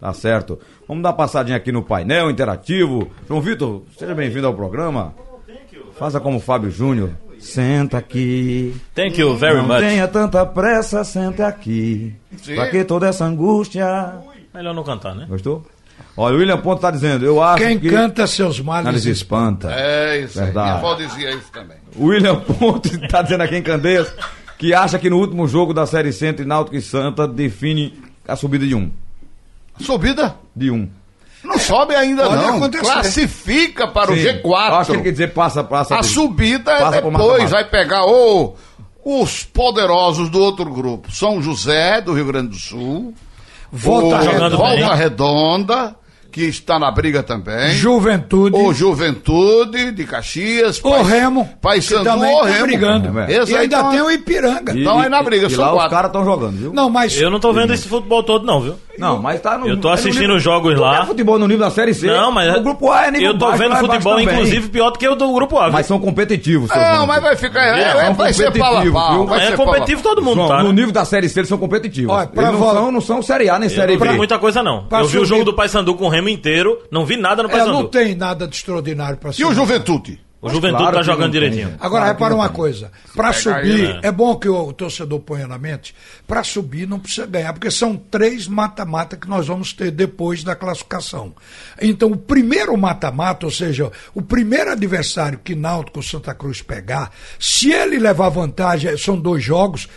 [SPEAKER 3] Tá certo. Vamos dar uma passadinha aqui no painel interativo. João Vitor, seja bem-vindo ao programa. Faça como o Fábio Júnior. Senta aqui.
[SPEAKER 7] Thank you very
[SPEAKER 3] não
[SPEAKER 7] much.
[SPEAKER 3] tenha tanta pressa, senta aqui.
[SPEAKER 5] Sim.
[SPEAKER 3] Pra que toda essa angústia?
[SPEAKER 7] Melhor não cantar, né?
[SPEAKER 3] Gostou? Olha, o William Ponto tá dizendo, eu acho
[SPEAKER 6] Quem
[SPEAKER 3] que...
[SPEAKER 6] canta seus males
[SPEAKER 3] Análise espanta.
[SPEAKER 5] É isso aí.
[SPEAKER 3] Verdade.
[SPEAKER 5] Minha avó dizia isso também.
[SPEAKER 3] O William Ponto tá dizendo aqui em Candeias que acha que no último jogo da Série C entre Náutico e Santa define a subida de um.
[SPEAKER 5] Subida?
[SPEAKER 3] De um.
[SPEAKER 5] Não sobe ainda,
[SPEAKER 6] Pode
[SPEAKER 5] não.
[SPEAKER 6] acontecer.
[SPEAKER 5] Classifica
[SPEAKER 3] Sim.
[SPEAKER 5] para o G4.
[SPEAKER 3] Acho que ele quer dizer passa, passa.
[SPEAKER 5] A
[SPEAKER 3] por-
[SPEAKER 5] subida é
[SPEAKER 3] Passa pro
[SPEAKER 5] depois,
[SPEAKER 3] mata-mata.
[SPEAKER 5] vai pegar ou os poderosos do outro grupo, São José, do Rio Grande do Sul,
[SPEAKER 6] Volta
[SPEAKER 5] o-
[SPEAKER 7] Jogando
[SPEAKER 5] Volta
[SPEAKER 7] bem.
[SPEAKER 5] Redonda, que está na briga também,
[SPEAKER 6] Juventude.
[SPEAKER 5] o Juventude de Caxias,
[SPEAKER 6] O
[SPEAKER 5] Pais-
[SPEAKER 6] Remo, que
[SPEAKER 5] Paysandu,
[SPEAKER 6] também
[SPEAKER 5] o
[SPEAKER 6] tá
[SPEAKER 5] Remo.
[SPEAKER 6] brigando.
[SPEAKER 3] É.
[SPEAKER 5] Esse
[SPEAKER 6] e
[SPEAKER 5] aí
[SPEAKER 6] ainda
[SPEAKER 5] tá-
[SPEAKER 6] tem o Ipiranga.
[SPEAKER 5] Então aí na briga,
[SPEAKER 3] e
[SPEAKER 5] são
[SPEAKER 3] lá os
[SPEAKER 5] quatro.
[SPEAKER 3] caras estão jogando, viu?
[SPEAKER 6] Não, mas
[SPEAKER 7] Eu não tô vendo esse futebol todo, não, viu?
[SPEAKER 3] Não, mas tá no.
[SPEAKER 7] Eu tô
[SPEAKER 3] é no
[SPEAKER 7] assistindo
[SPEAKER 3] nível-
[SPEAKER 7] os jogos
[SPEAKER 3] Tu
[SPEAKER 7] lá.
[SPEAKER 3] quer futebol é no nível da Série C.
[SPEAKER 7] Não, mas.
[SPEAKER 3] O grupo A é nível
[SPEAKER 7] Eu tô
[SPEAKER 3] baixo,
[SPEAKER 7] vendo
[SPEAKER 3] lá é baixo
[SPEAKER 7] futebol,
[SPEAKER 3] também.
[SPEAKER 7] inclusive, pior do que o do grupo A. viu?
[SPEAKER 3] Mas são competitivos, seus
[SPEAKER 5] Não,
[SPEAKER 3] nomes.
[SPEAKER 5] mas vai ficar. é,
[SPEAKER 7] Vieram,
[SPEAKER 5] é,
[SPEAKER 3] são
[SPEAKER 5] vai ser pau a
[SPEAKER 3] competitivos,
[SPEAKER 5] pau.
[SPEAKER 3] viu?
[SPEAKER 5] vai
[SPEAKER 7] é
[SPEAKER 5] ser pau a
[SPEAKER 7] competitivo
[SPEAKER 5] pau.
[SPEAKER 7] todo mundo,
[SPEAKER 3] João,
[SPEAKER 7] tá?
[SPEAKER 3] No
[SPEAKER 7] né?
[SPEAKER 3] nível da Série C, eles são competitivos.
[SPEAKER 6] Olha, pra
[SPEAKER 3] eles não
[SPEAKER 6] vol-
[SPEAKER 3] são, não são Série A nem
[SPEAKER 7] Eu
[SPEAKER 3] é Série
[SPEAKER 7] não vi
[SPEAKER 3] B.
[SPEAKER 7] muita coisa, não.
[SPEAKER 6] Pra
[SPEAKER 7] eu vi o
[SPEAKER 6] subir-
[SPEAKER 7] jogo do Paysandu com o Remo inteiro, não vi nada no
[SPEAKER 6] é, não
[SPEAKER 7] Paysandu.
[SPEAKER 6] tem nada de extraordinário para
[SPEAKER 5] E
[SPEAKER 6] ser.
[SPEAKER 5] o Juventude?
[SPEAKER 7] O Juventude
[SPEAKER 3] Claro
[SPEAKER 7] tá
[SPEAKER 3] que não
[SPEAKER 7] jogando
[SPEAKER 3] tem. né?
[SPEAKER 7] direitinho.
[SPEAKER 6] Agora,
[SPEAKER 3] Claro que
[SPEAKER 6] repara
[SPEAKER 3] não
[SPEAKER 6] uma
[SPEAKER 3] tem.
[SPEAKER 6] coisa. Para
[SPEAKER 5] pegar aí,
[SPEAKER 6] subir,
[SPEAKER 7] né?
[SPEAKER 6] é bom que o, o torcedor ponha na mente, para subir não precisa ganhar, porque são três mata-mata que nós vamos ter depois da classificação. Então, o primeiro mata-mata, ou seja, o primeiro adversário que Náutico Santa Cruz pegar, se ele levar vantagem, são dois jogos,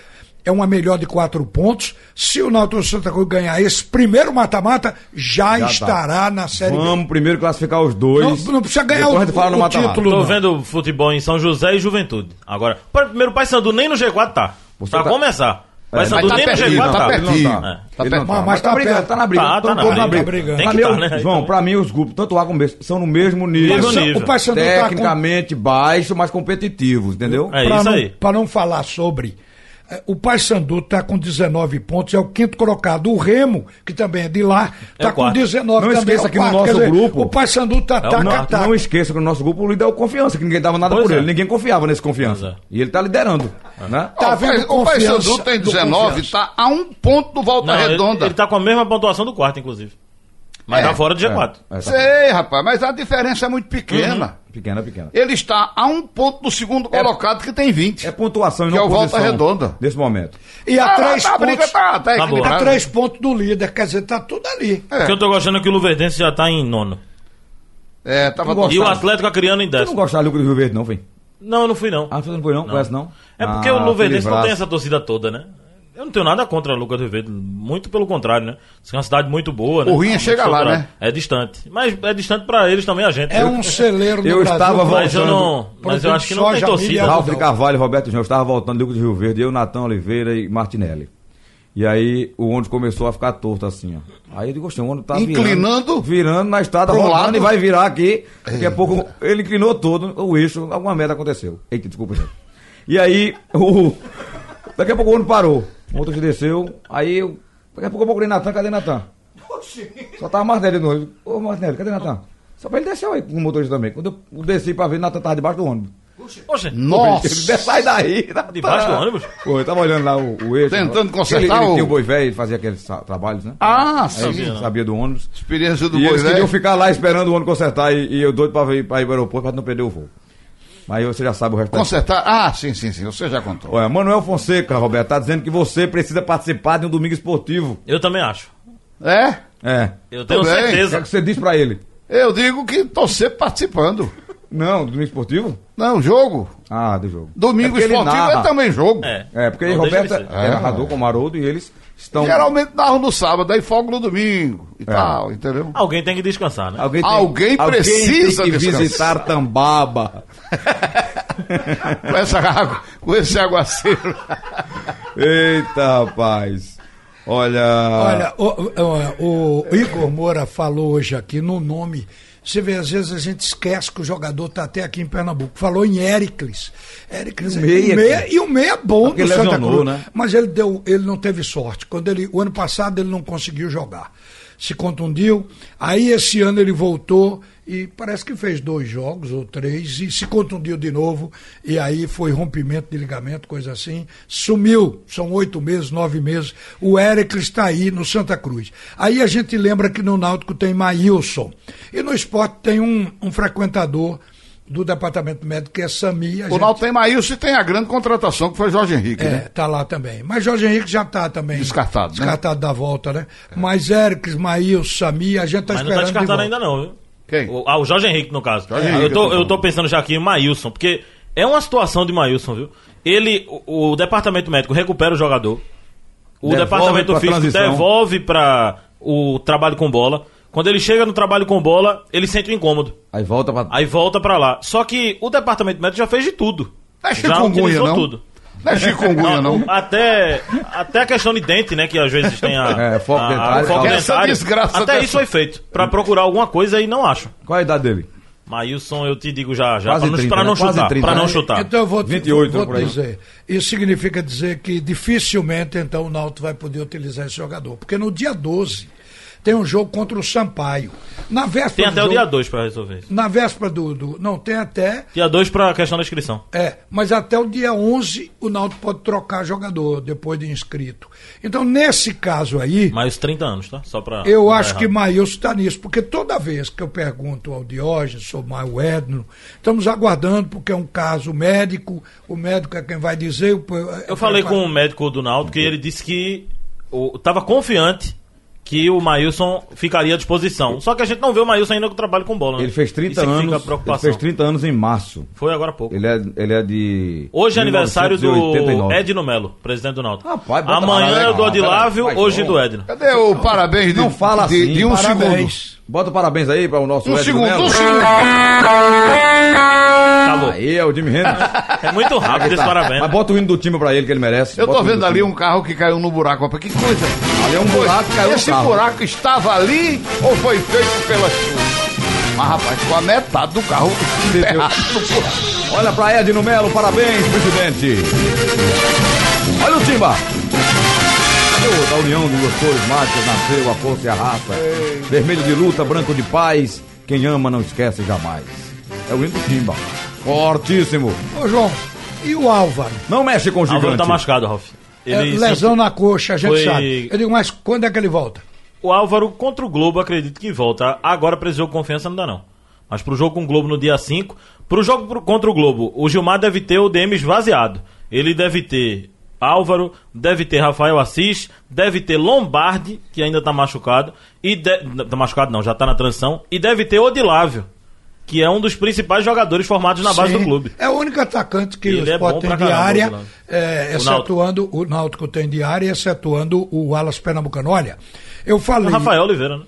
[SPEAKER 6] é uma melhor de quatro pontos. Se o Náutico Santa Cruz ganhar esse primeiro mata-mata, já,
[SPEAKER 3] Já tá.
[SPEAKER 6] estará na Série B.
[SPEAKER 3] Vamos primeiro classificar os dois.
[SPEAKER 6] Não- não precisa ganhar
[SPEAKER 3] Depois
[SPEAKER 6] o-
[SPEAKER 3] a gente fala no
[SPEAKER 6] o
[SPEAKER 3] mata-mata.
[SPEAKER 6] título.
[SPEAKER 7] Tô
[SPEAKER 6] não.
[SPEAKER 7] vendo futebol em São José e Juventude. Agora, pra- primeiro Paysandu nem no G4 tá.
[SPEAKER 3] Você
[SPEAKER 7] pra
[SPEAKER 3] tá-
[SPEAKER 7] começar. Mas
[SPEAKER 5] mas
[SPEAKER 7] Sandu
[SPEAKER 5] tá
[SPEAKER 7] nem no
[SPEAKER 5] perdido,
[SPEAKER 7] G4
[SPEAKER 5] tá
[SPEAKER 7] tá.
[SPEAKER 5] perdido. Tá
[SPEAKER 7] Não tá.
[SPEAKER 3] Ele não
[SPEAKER 5] perto.
[SPEAKER 3] tá,
[SPEAKER 6] Mas-
[SPEAKER 3] mas
[SPEAKER 6] mas
[SPEAKER 3] tá
[SPEAKER 6] tá
[SPEAKER 3] brigando,
[SPEAKER 6] perto.
[SPEAKER 3] tá na briga.
[SPEAKER 7] Tá,
[SPEAKER 3] todo
[SPEAKER 7] tá na
[SPEAKER 3] mundo na
[SPEAKER 7] briga.
[SPEAKER 3] briga.
[SPEAKER 7] Tem
[SPEAKER 3] Pra
[SPEAKER 7] que
[SPEAKER 3] mim,
[SPEAKER 7] tá, né?
[SPEAKER 3] João, pra mim os grupos, tanto A como B, são no mesmo nível.
[SPEAKER 7] Mesmo
[SPEAKER 6] Mas
[SPEAKER 7] nível.
[SPEAKER 6] O Paysandu tá com
[SPEAKER 3] Tecnicamente baixo, mas competitivos, entendeu?
[SPEAKER 7] É
[SPEAKER 6] para
[SPEAKER 7] isso
[SPEAKER 6] não,
[SPEAKER 7] aí.
[SPEAKER 6] pra não falar sobre. eh, O Paysandu está com 19 pontos, é o quinto colocado. O Remo, que também é de lá,
[SPEAKER 7] É
[SPEAKER 6] está
[SPEAKER 7] o
[SPEAKER 6] com
[SPEAKER 7] quarto.
[SPEAKER 6] 19
[SPEAKER 3] Não
[SPEAKER 6] também.
[SPEAKER 3] esqueça
[SPEAKER 6] é o
[SPEAKER 3] que no
[SPEAKER 6] quarto.
[SPEAKER 3] nosso
[SPEAKER 6] Quer dizer,
[SPEAKER 3] grupo- É
[SPEAKER 6] O Paysandu tá, está
[SPEAKER 7] É o
[SPEAKER 6] taca,
[SPEAKER 7] quarto.
[SPEAKER 6] taca.
[SPEAKER 3] Não esqueça que o nosso grupo o líder é o Confiança, que ninguém dava nada
[SPEAKER 7] Pois
[SPEAKER 3] por
[SPEAKER 7] é.
[SPEAKER 3] ele. Ninguém confiava nesse Confiança.
[SPEAKER 7] Pois é.
[SPEAKER 3] E ele tá liderando, né?
[SPEAKER 5] Ó,
[SPEAKER 6] Tá
[SPEAKER 5] o Pai-
[SPEAKER 6] vendo
[SPEAKER 5] o Paysandu
[SPEAKER 6] confiança
[SPEAKER 5] tem
[SPEAKER 6] do
[SPEAKER 5] 19,
[SPEAKER 6] confiança.
[SPEAKER 5] tá a um ponto do Volta
[SPEAKER 7] Não, ele,
[SPEAKER 5] Redonda.
[SPEAKER 7] ele tá com a mesma pontuação do quarto, inclusive. Mas
[SPEAKER 5] É,
[SPEAKER 7] tá fora do G4.
[SPEAKER 3] É, tá
[SPEAKER 5] Sei, rapaz, mas a diferença é muito pequena.
[SPEAKER 3] Pequena, pequena.
[SPEAKER 5] Ele está a um ponto do segundo colocado que tem 20.
[SPEAKER 3] É pontuação e
[SPEAKER 5] Que
[SPEAKER 3] não
[SPEAKER 5] é o Volta
[SPEAKER 3] posição
[SPEAKER 5] Redonda.
[SPEAKER 3] Nesse momento.
[SPEAKER 6] E a
[SPEAKER 5] Ah,
[SPEAKER 6] três
[SPEAKER 5] tá, a briga
[SPEAKER 6] pontos.
[SPEAKER 5] tá, tá
[SPEAKER 7] Tá boa.
[SPEAKER 6] A
[SPEAKER 5] equilibrada.
[SPEAKER 6] três pontos do líder, quer dizer, tá tudo ali.
[SPEAKER 7] O que eu tô gostando é que o Luverdense já tá em nono.
[SPEAKER 5] É, tava
[SPEAKER 7] E o
[SPEAKER 5] gostando.
[SPEAKER 7] Atlético Acriano em
[SPEAKER 3] Tu não
[SPEAKER 7] décimo.
[SPEAKER 3] gostava do Lucas do Rio Verde, não, vem?
[SPEAKER 7] Não, eu não fui não.
[SPEAKER 3] Ah, você não foi, não? Conhece, não?
[SPEAKER 7] É porque
[SPEAKER 3] Ah,
[SPEAKER 7] o Luverdense
[SPEAKER 3] que
[SPEAKER 7] não tem
[SPEAKER 3] livraço.
[SPEAKER 7] essa torcida toda, né? Eu não tenho nada contra o Lucas do Rio Verde, muito pelo contrário, né? Isso é uma cidade muito boa, né?
[SPEAKER 5] O Rinha
[SPEAKER 7] Muito
[SPEAKER 5] chega lá,
[SPEAKER 7] estruturada.
[SPEAKER 5] né?
[SPEAKER 7] É distante. Mas é distante pra eles também, a gente.
[SPEAKER 6] É um celeiro no
[SPEAKER 3] eu
[SPEAKER 6] Brasil.
[SPEAKER 3] estava
[SPEAKER 7] Mas
[SPEAKER 3] voltando.
[SPEAKER 7] eu não. Mas eu acho que não tem
[SPEAKER 6] Soja,
[SPEAKER 7] torcida.
[SPEAKER 6] milho,
[SPEAKER 3] Ralf de Carvalho, Roberto João, eu estava voltando do Lucas do Rio Verde, eu, Natan Oliveira e Martinelli. E aí o ônibus começou a ficar torto assim, ó. Aí eu digo, "Oxe, o ônibus tá virando,
[SPEAKER 5] Inclinando?
[SPEAKER 3] virando, na estrada,
[SPEAKER 5] Pro
[SPEAKER 3] rolando
[SPEAKER 5] lado? É.
[SPEAKER 3] e vai virar aqui. Daqui a pouco ele inclinou todo, o eixo, alguma merda aconteceu. Eita, desculpa, gente. E aí o daqui a pouco o ônibus parou. O outro desceu, aí eu daqui a pouco eu procurei Natan, cadê Natan? Só tava Martinelli no ônibus. Ô, Martinelli, cadê Natan? Só pra ele descer aí com o motorista também. Quando eu desci pra ver, Natan tava debaixo do ônibus.
[SPEAKER 7] Poxa,
[SPEAKER 5] Nossa!
[SPEAKER 3] Ele sai daí.
[SPEAKER 7] debaixo do ônibus?
[SPEAKER 3] Pô, eu tava olhando lá o, o eixo.
[SPEAKER 5] Tentando
[SPEAKER 3] Ele-
[SPEAKER 5] consertar
[SPEAKER 3] Ele,
[SPEAKER 5] o-
[SPEAKER 3] tinha o boi velho, ele fazia aqueles sa- trabalhos, né?
[SPEAKER 5] Ah,
[SPEAKER 3] Aí
[SPEAKER 5] sim.
[SPEAKER 3] ele sabia do ônibus.
[SPEAKER 5] Experiência do
[SPEAKER 3] E eles
[SPEAKER 5] Boivé.
[SPEAKER 3] queriam ficar lá esperando o ônibus consertar e, e eu doido pra, vir, pra ir pro aeroporto pra não perder o voo. Mas você já sabe o resto. da
[SPEAKER 5] Consertar. Ah, sim, sim, sim. Você já contou.
[SPEAKER 3] história. Olha, Manuel Fonseca, Roberto, tá dizendo que você precisa participar de um domingo esportivo.
[SPEAKER 7] eu também acho.
[SPEAKER 5] É?
[SPEAKER 3] É.
[SPEAKER 7] Eu tenho
[SPEAKER 5] Tudo bem.
[SPEAKER 3] O que é
[SPEAKER 7] certeza.
[SPEAKER 3] que você diz pra ele?
[SPEAKER 5] Eu digo que tô sempre participando.
[SPEAKER 3] Não, domingo esportivo?
[SPEAKER 5] Não, jogo.
[SPEAKER 3] Ah, do jogo.
[SPEAKER 5] Domingo
[SPEAKER 3] É porque ele
[SPEAKER 5] esportivo
[SPEAKER 3] narra.
[SPEAKER 5] é também jogo.
[SPEAKER 7] É,
[SPEAKER 3] É, porque aí
[SPEAKER 7] Não deixa de
[SPEAKER 3] Roberto é
[SPEAKER 7] ser.
[SPEAKER 3] narrador com o Haroldo e eles estão.
[SPEAKER 5] Geralmente narro no sábado, aí folgo no domingo e
[SPEAKER 3] É.
[SPEAKER 5] tal, entendeu?
[SPEAKER 3] Ah,
[SPEAKER 7] Alguém tem que descansar, né?
[SPEAKER 3] Alguém, tem,
[SPEAKER 5] Alguém precisa
[SPEAKER 3] tem que
[SPEAKER 5] descansar.
[SPEAKER 3] visitar Tambaba.
[SPEAKER 5] Com essa água, com esse aguaceiro.
[SPEAKER 3] Eita, rapaz. Olha.
[SPEAKER 6] Olha, o, o- o Igor Moura falou hoje aqui no nome. Você vê, às vezes a gente esquece que o jogador está até aqui em Pernambuco. Falou em Éricles. Éricles
[SPEAKER 3] E o meia,
[SPEAKER 6] o meia-
[SPEAKER 3] cara.
[SPEAKER 6] e o meia é bom
[SPEAKER 3] Porque
[SPEAKER 6] do Santa
[SPEAKER 3] lesionou,
[SPEAKER 6] Cruz.
[SPEAKER 3] né?
[SPEAKER 6] Mas ele, deu, ele não teve sorte. Quando ele, o ano passado ele não conseguiu jogar. Se contundiu. Aí esse ano ele voltou e parece que fez dois jogos ou três e se contundiu de novo. E aí foi rompimento de ligamento, coisa assim. Sumiu. São oito meses, nove meses. O Éricles está aí no Santa Cruz. Aí a gente lembra que no Náutico tem Maílson. E no esporte tem um, um frequentador do departamento médico que é Sami. A
[SPEAKER 5] O Náutico tem Maílson e tem a grande contratação que foi Jorge Henrique,
[SPEAKER 6] é,
[SPEAKER 5] né?
[SPEAKER 6] tá lá também. Mas Jorge Henrique já tá também.
[SPEAKER 5] Descartado, né? É.
[SPEAKER 6] Descartado da volta, né? Mas Eric, Ismael, Samir, a gente tá
[SPEAKER 7] Mas não
[SPEAKER 6] esperando.
[SPEAKER 7] tá descartado
[SPEAKER 6] de volta.
[SPEAKER 7] ainda, não, viu?
[SPEAKER 5] Quem?
[SPEAKER 7] O, ah, o Jorge Henrique, no caso.
[SPEAKER 5] Jorge
[SPEAKER 7] Ah,
[SPEAKER 5] Henrique,
[SPEAKER 7] eu, tô,
[SPEAKER 5] eu tô
[SPEAKER 7] eu tô pensando já aqui em Maílson, porque é uma situação de Maílson, viu? Ele, o, o departamento médico recupera o jogador. O
[SPEAKER 3] Devolve
[SPEAKER 7] departamento
[SPEAKER 3] pra
[SPEAKER 7] físico
[SPEAKER 3] transição.
[SPEAKER 7] devolve pra o trabalho com bola. Quando ele chega no trabalho com bola, ele sente o incômodo.
[SPEAKER 3] Aí volta pra.
[SPEAKER 7] Aí volta pra lá. Só que o departamento médico já fez de tudo.
[SPEAKER 5] Não é
[SPEAKER 7] já
[SPEAKER 5] chikungunya,
[SPEAKER 7] utilizou
[SPEAKER 5] não?
[SPEAKER 7] tudo.
[SPEAKER 5] Não é chikungunya, não.
[SPEAKER 7] Até, até a questão de dente, né? Que às vezes tem a.
[SPEAKER 3] É, foco
[SPEAKER 7] a-
[SPEAKER 3] dentário,
[SPEAKER 7] a- o foco
[SPEAKER 5] essa
[SPEAKER 7] dentário.
[SPEAKER 5] desgraça
[SPEAKER 7] Até
[SPEAKER 5] dessa.
[SPEAKER 7] isso foi feito. Pra procurar alguma coisa e não acho.
[SPEAKER 3] Qual a idade dele?
[SPEAKER 7] Maílson, eu te digo já, já.
[SPEAKER 3] Quase
[SPEAKER 7] pra não,
[SPEAKER 3] 30,
[SPEAKER 7] pra não
[SPEAKER 3] né? Quase
[SPEAKER 7] chutar.
[SPEAKER 3] 30,
[SPEAKER 7] Pra não tá?
[SPEAKER 3] né?
[SPEAKER 7] chutar.
[SPEAKER 6] Então eu vou, te-
[SPEAKER 3] 28
[SPEAKER 6] vou
[SPEAKER 3] por aí.
[SPEAKER 6] dizer. Isso significa dizer que dificilmente então o Náutico vai poder utilizar esse jogador. Porque no dia 12 tem um jogo contra o Sampaio. Na véspera do
[SPEAKER 7] Tem até o
[SPEAKER 6] jogo-
[SPEAKER 7] dia 2 pra resolver isso.
[SPEAKER 6] Na véspera do, do. Não, tem até.
[SPEAKER 7] Dia 2 pra questão da inscrição.
[SPEAKER 6] É, mas até o dia 11 o Náutico pode trocar jogador depois de inscrito. Então, nesse caso aí.
[SPEAKER 7] Mais 30 anos, tá? Só pra.
[SPEAKER 6] Eu
[SPEAKER 7] não dar
[SPEAKER 6] acho que
[SPEAKER 7] errado.
[SPEAKER 6] Maílson está nisso, porque toda vez que eu pergunto ao Diógenes sobre o Edno, estamos aguardando, porque é um caso médico, o médico é quem vai dizer. o- é,
[SPEAKER 7] Eu falei com o médico do Náutico e ele disse que o, tava confiante que o Maílson ficaria à disposição. Só que a gente não vê o Maílson ainda com trabalho com bola. né?
[SPEAKER 3] Ele fez 30
[SPEAKER 7] Isso que Fica a
[SPEAKER 3] anos. Ele
[SPEAKER 7] preocupação.
[SPEAKER 3] fez 30 anos em março.
[SPEAKER 7] Foi agora há pouco.
[SPEAKER 3] Ele é, ele é de.
[SPEAKER 7] Hoje é aniversário do
[SPEAKER 3] 1989.
[SPEAKER 7] Edno Melo, presidente do Náutico.
[SPEAKER 3] Rapaz, bota lá,
[SPEAKER 7] Amanhã é
[SPEAKER 3] legal.
[SPEAKER 7] do Odilávio,
[SPEAKER 3] Peraí,
[SPEAKER 7] hoje
[SPEAKER 3] vai,
[SPEAKER 7] do Edno.
[SPEAKER 5] Cadê o parabéns de,
[SPEAKER 3] Não fala
[SPEAKER 5] de,
[SPEAKER 3] assim.
[SPEAKER 5] de um
[SPEAKER 3] parabéns.
[SPEAKER 5] segundo?
[SPEAKER 3] Bota parabéns aí para o nosso
[SPEAKER 5] Um
[SPEAKER 3] Edno
[SPEAKER 5] segundo,
[SPEAKER 3] Melo.
[SPEAKER 5] um segundo.
[SPEAKER 7] Calou.
[SPEAKER 3] Aí é o Jimmy Hendrix.
[SPEAKER 7] É muito rápido esse parabéns.
[SPEAKER 3] Mas bota o hino do time pra ele que ele merece.
[SPEAKER 5] Eu
[SPEAKER 3] Bota
[SPEAKER 5] tô
[SPEAKER 3] o hino
[SPEAKER 5] vendo
[SPEAKER 3] do
[SPEAKER 5] ali
[SPEAKER 3] time.
[SPEAKER 5] um carro que caiu no buraco. rapaz, Que coisa.
[SPEAKER 3] Ali é um
[SPEAKER 5] Pois,
[SPEAKER 3] buraco, caiu um
[SPEAKER 5] Esse
[SPEAKER 3] carro.
[SPEAKER 5] buraco estava ali ou foi feito pela chuva? Mas, rapaz, com a metade do carro enterrado no buraco.
[SPEAKER 3] Olha pra Edno Melo, parabéns, presidente. Olha o Timba. Ô, Da união dos gostores mágicos nasceu a força e a raça. Vermelho de luta, branco de paz. Quem ama não esquece jamais. É o hino do Timba. Fortíssimo.
[SPEAKER 7] um.
[SPEAKER 6] Ô, João, e o Álvaro?
[SPEAKER 3] Não mexe com o gigante.
[SPEAKER 7] Álvaro tá machucado, Ralf.
[SPEAKER 6] É, lesão na coxa, a gente
[SPEAKER 7] foi-
[SPEAKER 6] sabe. Eu digo, mas quando é que ele volta?
[SPEAKER 7] O Álvaro contra o Globo, acredito que volta. Agora pra esse jogo confiança não dá, não. Mas pro jogo com o Globo no dia 5, pro jogo pro- contra o Globo, o Gilmar deve ter o DM esvaziado. Ele deve ter Álvaro, deve ter Rafael Assis, deve ter Lombardi, que ainda tá machucado, e de... não, tá machucado não, já tá na transição, e deve ter Odilávio, que é um dos principais jogadores formados na base
[SPEAKER 6] Sim.
[SPEAKER 7] do clube.
[SPEAKER 6] É o único atacante que
[SPEAKER 7] Ele
[SPEAKER 6] o
[SPEAKER 7] é bom
[SPEAKER 6] Sport
[SPEAKER 7] pra
[SPEAKER 6] tem
[SPEAKER 7] caramba,
[SPEAKER 6] diária,
[SPEAKER 7] Náutico.
[SPEAKER 6] é,
[SPEAKER 7] O
[SPEAKER 6] excetuando o Náutico tem diária, excetuando o Alas Pernambucano. Olha, eu falei.
[SPEAKER 7] Rafael Oliveira, né?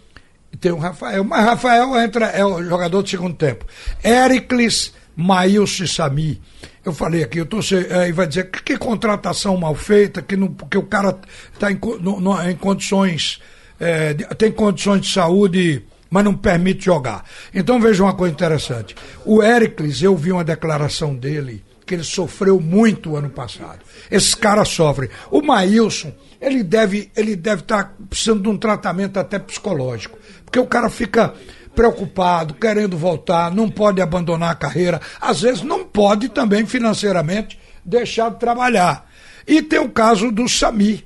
[SPEAKER 6] Tem o Rafael, mas Rafael entra, é o jogador do segundo tempo. Éricles Maílson e Sami. Eu falei aqui, eu tô se- aí vai dizer que, que contratação mal feita, que, não, que o cara está em, co- no- no- em condições, eh, de- tem condições de saúde, mas não permite jogar. Então veja uma coisa interessante. O Éricles, eu vi uma declaração dele, que ele sofreu muito ano passado. Esses caras sofrem. O Maílson, ele deve ele deve estar precisando de um tratamento até psicológico, porque o cara fica preocupado, querendo voltar, não pode abandonar a carreira, às vezes não pode também financeiramente deixar de trabalhar. E tem o caso do Sami,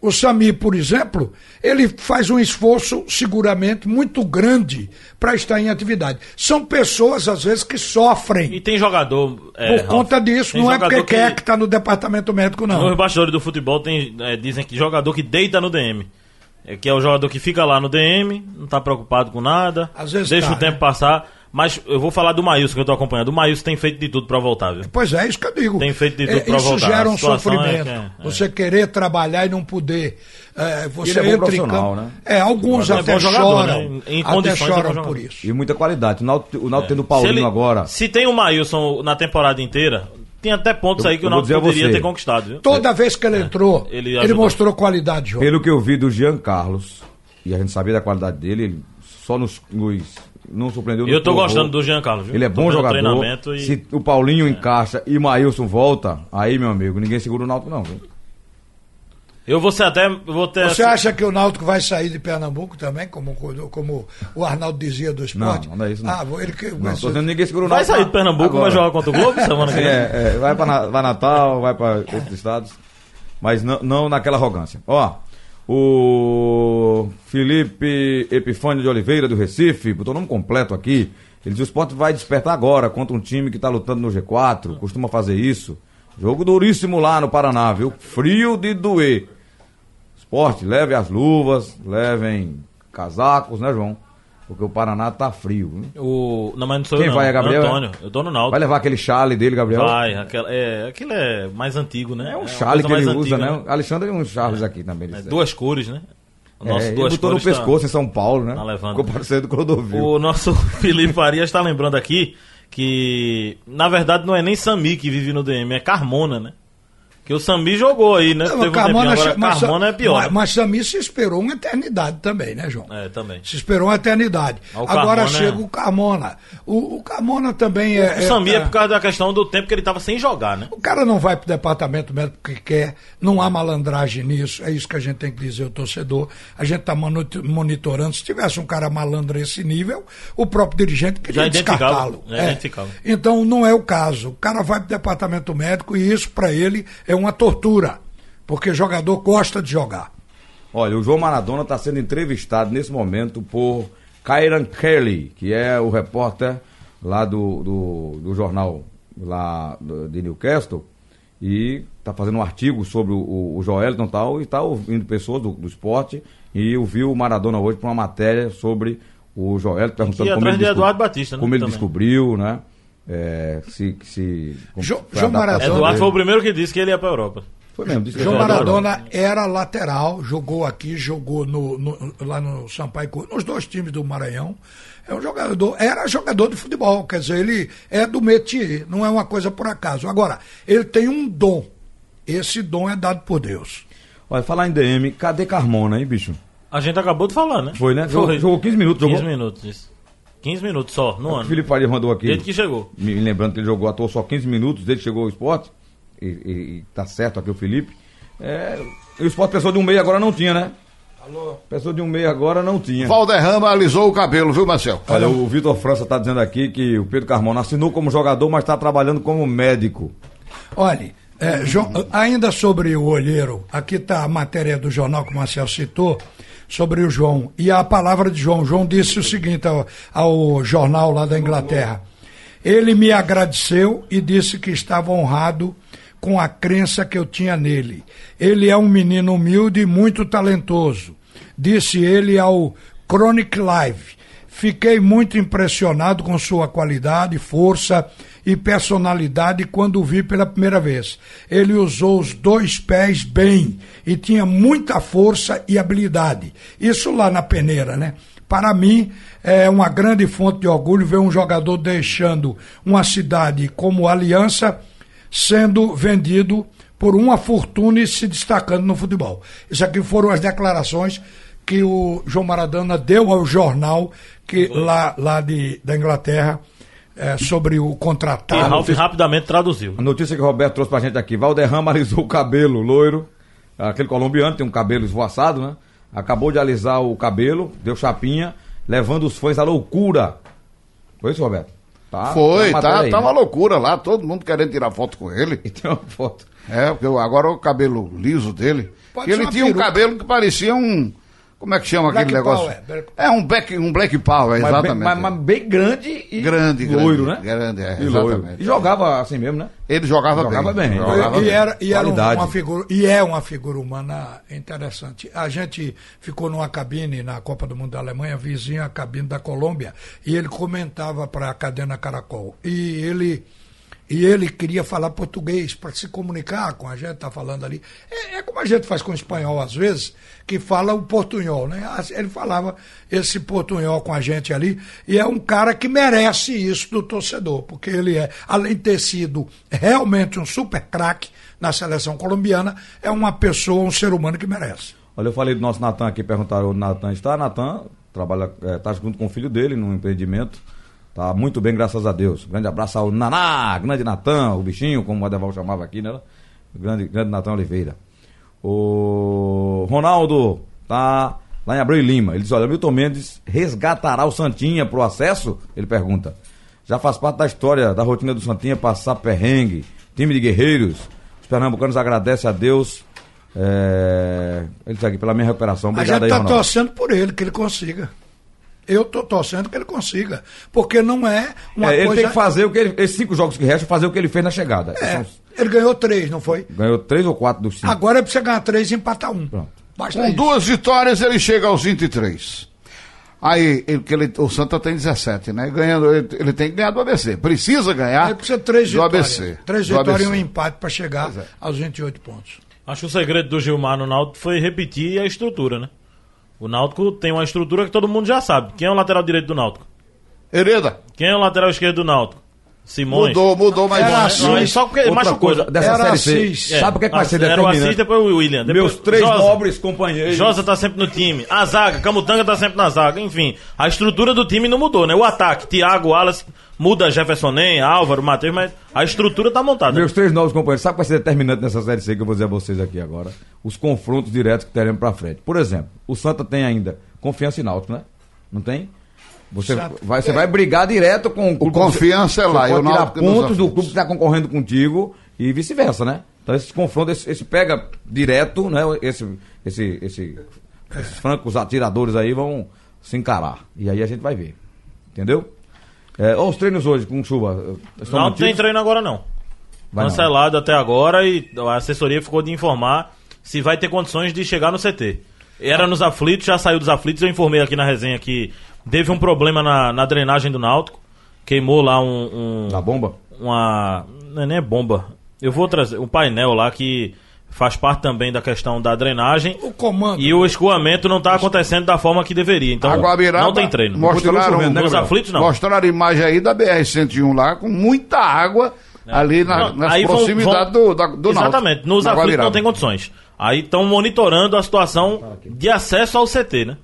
[SPEAKER 6] o Sami, por exemplo, ele faz um esforço seguramente muito grande para estar em atividade. São pessoas, às vezes, que
[SPEAKER 7] E
[SPEAKER 6] sofrem
[SPEAKER 7] tem jogador.
[SPEAKER 6] por
[SPEAKER 7] é, Ralf,
[SPEAKER 6] conta disso.
[SPEAKER 7] tem
[SPEAKER 6] Não é
[SPEAKER 7] jogador
[SPEAKER 6] porque quer que está no departamento médico,
[SPEAKER 7] Nos
[SPEAKER 6] não.
[SPEAKER 7] bastidores do futebol tem, é, dizem que jogador que deita no DM. É, que é o jogador que fica lá no DM, não tá preocupado com nada,
[SPEAKER 6] Às vezes
[SPEAKER 7] deixa
[SPEAKER 6] tá,
[SPEAKER 7] o tempo
[SPEAKER 6] né?
[SPEAKER 7] passar. Mas eu vou falar do Maílson que eu tô acompanhando. O Maílson tem feito de tudo pra voltar, viu?
[SPEAKER 6] Pois é, isso que eu digo.
[SPEAKER 7] Tem feito de tudo
[SPEAKER 6] É,
[SPEAKER 7] pra
[SPEAKER 6] Isso
[SPEAKER 7] voltar.
[SPEAKER 6] gera
[SPEAKER 7] A
[SPEAKER 6] um
[SPEAKER 7] situação é
[SPEAKER 6] sofrimento.
[SPEAKER 7] que é, é.
[SPEAKER 6] Você querer trabalhar e não poder. É, você
[SPEAKER 3] Ele é bom
[SPEAKER 6] entra em
[SPEAKER 3] profissional,
[SPEAKER 6] campo.
[SPEAKER 3] né?
[SPEAKER 6] É, alguns
[SPEAKER 7] Agora, é
[SPEAKER 6] até
[SPEAKER 7] bom jogador,
[SPEAKER 6] choram.
[SPEAKER 7] né? Em
[SPEAKER 6] Até
[SPEAKER 7] condições, é bom
[SPEAKER 6] choram
[SPEAKER 7] jogador.
[SPEAKER 6] por isso.
[SPEAKER 3] E muita qualidade. O Náutico, o Náutico tendo o Paulinho
[SPEAKER 7] É. se ele-
[SPEAKER 3] agora.
[SPEAKER 7] Se tem o Maílson na temporada inteira, tem até pontos
[SPEAKER 3] Eu-
[SPEAKER 7] aí que
[SPEAKER 3] eu
[SPEAKER 7] o
[SPEAKER 3] vou dizer
[SPEAKER 7] Náutico
[SPEAKER 3] a
[SPEAKER 7] poderia
[SPEAKER 3] você.
[SPEAKER 7] ter conquistado, viu?
[SPEAKER 6] Toda vez que ele entrou,
[SPEAKER 7] É. Ele
[SPEAKER 6] ele,
[SPEAKER 7] ajudou.
[SPEAKER 6] mostrou qualidade, João.
[SPEAKER 3] Pelo que eu vi do Jean Carlos, e a gente sabia da qualidade dele, ele só nos, nos- não surpreendeu.
[SPEAKER 7] E
[SPEAKER 3] no
[SPEAKER 7] eu tô
[SPEAKER 3] torrou.
[SPEAKER 7] gostando do Jean Carlos, viu?
[SPEAKER 3] Ele é
[SPEAKER 7] Tô
[SPEAKER 3] bom
[SPEAKER 7] vendo o
[SPEAKER 3] jogador.
[SPEAKER 7] treinamento e-
[SPEAKER 3] Se o Paulinho encaixa e o Maílson volta, aí, meu amigo, ninguém segura o Náutico não. viu?
[SPEAKER 7] Eu vou ser até. Vou ter
[SPEAKER 6] Você
[SPEAKER 7] assim-
[SPEAKER 6] acha que o Náutico vai sair de Pernambuco também, como, como o Arnaldo dizia do esporte?
[SPEAKER 3] Não, não é isso, não.
[SPEAKER 6] Ah, ele que,
[SPEAKER 3] Não, tô dizendo ninguém segura o
[SPEAKER 7] Vai
[SPEAKER 3] Náutico.
[SPEAKER 7] sair de Pernambuco, vai
[SPEAKER 3] agora.
[SPEAKER 7] jogar contra o Globo semana que vem?
[SPEAKER 3] É, é, vai para vai Natal, vai para outros estados, mas não, não naquela arrogância. Ó, o Felipe Epifânio de Oliveira do Recife, botou o nome completo aqui. Ele diz: o esporte vai despertar agora contra um time que tá lutando no G4, costuma fazer isso. Jogo duríssimo lá no Paraná, viu? Frio de doer. Esporte, leve as luvas, levem casacos, né, João? Porque o Paraná tá frio. Né?
[SPEAKER 7] O... Não, mas não sou
[SPEAKER 3] Quem
[SPEAKER 7] eu, não.
[SPEAKER 3] vai é Gabriel,
[SPEAKER 7] Antônio. Eu tô no Náutico.
[SPEAKER 3] Vai levar aquele chale dele, Gabriel?
[SPEAKER 7] Vai, aquela, é, aquilo é mais antigo, né?
[SPEAKER 3] É um
[SPEAKER 7] uma
[SPEAKER 3] chale
[SPEAKER 7] coisa
[SPEAKER 3] que ele
[SPEAKER 7] mais
[SPEAKER 3] usa,
[SPEAKER 7] antiga,
[SPEAKER 3] né? Alexandre é um Charles aqui também.
[SPEAKER 7] É,
[SPEAKER 3] ele
[SPEAKER 7] duas cores, né? O
[SPEAKER 3] É, ele botou no
[SPEAKER 7] tá-
[SPEAKER 3] pescoço em São Paulo, né?
[SPEAKER 7] tá levando.
[SPEAKER 3] Ficou parecendo do Clodovil.
[SPEAKER 7] O nosso Felipe Farias está lembrando aqui que, na verdade, não é nem Sami que vive no DM, é Carmona, né? Que o Sami jogou aí, né?
[SPEAKER 6] Não,
[SPEAKER 7] Teve um tempinho, agora Carmona é pior.
[SPEAKER 6] Mas,
[SPEAKER 7] né?
[SPEAKER 6] mas Samir se esperou uma eternidade também, né, João?
[SPEAKER 7] É, também.
[SPEAKER 6] Se esperou uma eternidade.
[SPEAKER 7] Ah, o
[SPEAKER 6] Agora
[SPEAKER 7] Carmona
[SPEAKER 6] chega
[SPEAKER 7] é-
[SPEAKER 6] o Carmona. O, o Carmona também é.
[SPEAKER 7] O Sami
[SPEAKER 3] tá.
[SPEAKER 7] é por causa da questão do tempo que ele tava sem jogar, né?
[SPEAKER 6] O cara não vai pro departamento médico porque quer, não há malandragem nisso, é isso que a gente tem que dizer ao torcedor. A gente está monitorando. Se tivesse um cara malandro a esse nível, o próprio dirigente queria
[SPEAKER 7] Já identificava,
[SPEAKER 6] descartá-lo. É.
[SPEAKER 7] já identificava.
[SPEAKER 6] Então não é o caso. O cara vai pro departamento médico e isso para ele é uma tortura, porque jogador gosta de jogar.
[SPEAKER 3] Olha, o João Maradona está sendo entrevistado nesse momento por Kyran Kelly, que é o repórter lá do, do, do jornal lá do- de Newcastle, e está fazendo um artigo sobre o- o, o Joelton e tal, e está ouvindo pessoas do, do esporte, e ouviu o Maradona hoje para uma matéria sobre o Joelton, perguntando
[SPEAKER 7] E
[SPEAKER 3] como
[SPEAKER 7] atrás
[SPEAKER 3] ele,
[SPEAKER 7] de
[SPEAKER 3] descob-
[SPEAKER 7] Eduardo Batista, né,
[SPEAKER 3] como ele
[SPEAKER 7] também.
[SPEAKER 3] descobriu, né? É, se, se, como
[SPEAKER 6] Jo-
[SPEAKER 3] foi a
[SPEAKER 6] João
[SPEAKER 3] adaptação
[SPEAKER 6] Maradona-
[SPEAKER 3] dele.
[SPEAKER 7] Eduardo foi o primeiro que disse que ele ia pra Europa.
[SPEAKER 3] Foi mesmo, disse que
[SPEAKER 6] João
[SPEAKER 3] eu adoro.
[SPEAKER 6] Maradona era lateral, jogou aqui, jogou no, no- lá no Sampaio Corrêa, nos dois times do Maranhão. É um jogador, era jogador de futebol, quer dizer, ele é do métier, não é uma coisa por acaso. Agora, ele tem um dom. Esse dom é dado por Deus.
[SPEAKER 3] Olha, falar em DM, cadê Carmona, hein, bicho?
[SPEAKER 7] A gente acabou de falar, né?
[SPEAKER 3] Foi, né? Jogou- jogou 15 minutos,
[SPEAKER 7] 15
[SPEAKER 3] jogou?
[SPEAKER 7] minutos, isso. 15 minutos só, no
[SPEAKER 3] O
[SPEAKER 7] ano.
[SPEAKER 3] Felipe Faria mandou aqui.
[SPEAKER 7] Desde que chegou.
[SPEAKER 3] Me lembrando que ele jogou, atuou só 15 minutos, desde que chegou ao esporte. E, e- e tá certo aqui o Felipe. É, e o esporte pessoa de um meio agora não tinha, né? Alô? Pessoa de um meio agora não tinha.
[SPEAKER 5] Valderrama alisou o cabelo, viu, Marcelo?
[SPEAKER 3] Olha, o Vitor França tá dizendo aqui que o Pedro Carmona assinou como jogador, mas tá trabalhando como médico.
[SPEAKER 6] Olhe, é, Jo- ainda sobre o olheiro, aqui está a matéria do jornal que o Marcel citou, sobre o João. E a palavra de João. João disse o seguinte ao, ao jornal lá da Inglaterra. Ele me agradeceu e disse que estava honrado com a crença que eu tinha nele. Ele é um menino humilde e muito talentoso, disse ele ao Chronic Live. Fiquei muito impressionado com sua qualidade, força e personalidade quando o vi pela primeira vez. Ele usou os dois pés bem e tinha muita força e habilidade. Isso lá na peneira, né? Para mim, é uma grande fonte de orgulho ver um jogador deixando uma cidade como Aliança sendo vendido por uma fortuna e se destacando no futebol. Isso aqui foram as declarações que o João Maradona deu ao jornal que lá, lá de, da Inglaterra eh, sobre o
[SPEAKER 7] E
[SPEAKER 3] Tá,
[SPEAKER 6] contratado.
[SPEAKER 7] Ralf rapidamente traduziu.
[SPEAKER 3] A notícia que o Roberto trouxe pra gente aqui: Valderrama alisou o cabelo loiro. Aquele colombiano tem um cabelo esvoaçado, né? Acabou de alisar o cabelo, deu chapinha, levando os fãs à loucura. Foi isso, Roberto? Tá,
[SPEAKER 5] Foi,
[SPEAKER 3] uma
[SPEAKER 5] tá,
[SPEAKER 3] matéria aí,
[SPEAKER 5] tá
[SPEAKER 3] né?
[SPEAKER 5] uma loucura lá, todo mundo querendo tirar foto com ele.
[SPEAKER 3] E tem uma foto.
[SPEAKER 5] É, porque eu- agora o cabelo liso dele.
[SPEAKER 6] Pode
[SPEAKER 5] que
[SPEAKER 6] ser
[SPEAKER 5] ele
[SPEAKER 6] uma
[SPEAKER 5] tinha um
[SPEAKER 6] peruca.
[SPEAKER 5] cabelo que parecia um. Como é que chama
[SPEAKER 6] Black
[SPEAKER 5] aquele negócio?
[SPEAKER 6] power, black-
[SPEAKER 5] É um black, um black
[SPEAKER 3] Mas
[SPEAKER 5] power,
[SPEAKER 3] bem,
[SPEAKER 5] exatamente.
[SPEAKER 3] mas, mas bem grande e
[SPEAKER 5] Grande, grande,
[SPEAKER 3] loiro, né?
[SPEAKER 5] grande, é,
[SPEAKER 3] e loiro.
[SPEAKER 5] exatamente.
[SPEAKER 3] E jogava assim mesmo, né?
[SPEAKER 5] Ele jogava,
[SPEAKER 3] Jogava bem.
[SPEAKER 6] E-
[SPEAKER 5] Jogava
[SPEAKER 6] e
[SPEAKER 5] bem.
[SPEAKER 6] era, e era um-
[SPEAKER 3] Qualidade.
[SPEAKER 6] uma figura e é uma figura humana interessante. A gente ficou numa cabine na Copa do Mundo da Alemanha, vizinha à cabine da Colômbia, e ele comentava para a cadena Caracol. E ele e ele queria falar português para se comunicar com a gente, tá falando ali. É, é como a gente faz com o espanhol às vezes, que fala o portunhol, né? As- Ele falava esse portunhol com a gente ali, e é um cara que merece isso do torcedor, porque ele é, além de ter sido realmente um super craque na seleção colombiana, é uma pessoa, um ser humano que merece.
[SPEAKER 3] Olha, eu falei do nosso Natan aqui, perguntaram onde o Natan está. Natan trabalha, eh, tá junto com o filho dele num empreendimento. Tá muito bem, graças a Deus. Grande abraço ao Naná, grande Natan, o bichinho, como o Adeval chamava aqui, né? Grande, grande Natan Oliveira. O Ronaldo tá lá em Abreu e Lima. Ele diz: Olha, Milton Mendes resgatará o Santinha pro acesso? Ele pergunta. Já faz parte da história, da rotina do Santinha passar perrengue. Time de guerreiros. Os pernambucanos agradecem a Deus. É, ele está aqui pela minha recuperação.
[SPEAKER 6] a
[SPEAKER 3] Obrigado
[SPEAKER 6] gente
[SPEAKER 3] aí,
[SPEAKER 6] está
[SPEAKER 3] Ronaldo.
[SPEAKER 6] torcendo por ele, que ele consiga. Eu estou torcendo que ele consiga, porque não é uma
[SPEAKER 3] É, ele
[SPEAKER 6] coisa...
[SPEAKER 3] tem que fazer o que ele. Esses cinco jogos que restam, fazer o que ele fez na chegada.
[SPEAKER 6] É,
[SPEAKER 3] São-
[SPEAKER 6] ele ganhou três, não foi?
[SPEAKER 3] ganhou três ou quatro dos cinco.
[SPEAKER 6] Agora é pra você ganhar três e empatar um.
[SPEAKER 3] Pronto.
[SPEAKER 6] Basta
[SPEAKER 5] Com
[SPEAKER 6] isso.
[SPEAKER 5] duas vitórias, ele chega aos 23. Aí, ele, que ele- o Santa tem 17, né? Ganhando, ele, ele tem que ganhar do ABC. Precisa ganhar.
[SPEAKER 6] Aí precisa de três
[SPEAKER 5] Ah, do
[SPEAKER 6] vitórias.
[SPEAKER 5] ABC.
[SPEAKER 6] Três
[SPEAKER 5] do
[SPEAKER 6] vitórias e um
[SPEAKER 5] ABC.
[SPEAKER 6] empate pra chegar
[SPEAKER 5] Pois é.
[SPEAKER 6] aos 28 pontos.
[SPEAKER 7] Acho que o segredo do Gilmar no Náutico foi repetir a estrutura, né? O Náutico tem uma estrutura que todo mundo já sabe. Quem é o lateral direito do Náutico?
[SPEAKER 5] Hereda,
[SPEAKER 7] Quem é o lateral esquerdo do Náutico? Simões.
[SPEAKER 5] mudou, mudou mais
[SPEAKER 6] Era
[SPEAKER 5] um.
[SPEAKER 6] assim,
[SPEAKER 7] Não, é só porque
[SPEAKER 3] Outra
[SPEAKER 7] machucou. Ah,
[SPEAKER 3] coisa dessa
[SPEAKER 6] Era
[SPEAKER 3] série
[SPEAKER 6] Assis.
[SPEAKER 3] C. Sabe o que, é que vai ser
[SPEAKER 7] Era o Assis,
[SPEAKER 3] determinante?
[SPEAKER 7] depois o William. depois-
[SPEAKER 3] Meus três
[SPEAKER 7] Josa.
[SPEAKER 3] nobres companheiros.
[SPEAKER 7] Josa tá sempre no time. A zaga, Camutanga tá sempre na zaga. Enfim, a estrutura do time não mudou, né? O ataque, Thiago, Wallace, muda Jefferson Nem, Álvaro, Matheus, mas a estrutura tá montada.
[SPEAKER 3] Meus três novos companheiros, sabe o que vai ser determinante nessa série C que eu vou dizer a vocês aqui agora? Os confrontos diretos que teremos pra frente. Por exemplo, o Santa tem ainda confiança em Náutico, né? Não tem? Você,
[SPEAKER 6] Santa-
[SPEAKER 3] vai, você vai brigar direto com o clube.
[SPEAKER 5] Confiança é
[SPEAKER 3] Você
[SPEAKER 5] lá,
[SPEAKER 3] pode
[SPEAKER 5] e o
[SPEAKER 3] tirar
[SPEAKER 5] Náutico nos
[SPEAKER 3] pontos do
[SPEAKER 5] aflitos.
[SPEAKER 3] clube que está concorrendo contigo e vice-versa, né? Então esse confronto, esse, esse pega direto, né? Esse, esse, esse, esses francos atiradores aí vão se encarar. E aí a gente vai ver. Entendeu? É, ó, os treinos hoje com chuva. estão
[SPEAKER 7] Não tem
[SPEAKER 3] mantidos?
[SPEAKER 7] treino agora, não.
[SPEAKER 3] Vai não.
[SPEAKER 7] Cancelado até agora e a assessoria ficou de informar se vai ter condições de chegar no CT. Era nos aflitos, já saiu dos aflitos. Eu informei aqui na resenha que teve um problema na, na drenagem do Náutico. Queimou lá um. um
[SPEAKER 3] Tá Na bomba?
[SPEAKER 7] uma. Não é nem bomba. Eu vou trazer um painel lá que faz parte também da questão da drenagem.
[SPEAKER 6] O comando.
[SPEAKER 7] E o escoamento não está acontecendo da forma que deveria. Então,
[SPEAKER 5] Aguabiraba
[SPEAKER 7] não tem treino.
[SPEAKER 5] mostraram-
[SPEAKER 7] Continua chovendo, né,
[SPEAKER 5] Nos
[SPEAKER 7] Gabriel? aflitos, não.
[SPEAKER 5] Mostraram a imagem aí da BR-101 lá, com muita água ali na,
[SPEAKER 7] É. Não,
[SPEAKER 5] nas
[SPEAKER 7] aí vão-
[SPEAKER 5] proximidades
[SPEAKER 7] vão-
[SPEAKER 5] do, da, do Náutico,
[SPEAKER 7] Exatamente. Nos
[SPEAKER 5] na
[SPEAKER 7] aflitos
[SPEAKER 5] Guabiraba.
[SPEAKER 7] não tem condições. Aí estão monitorando a situação de acesso ao CT, né?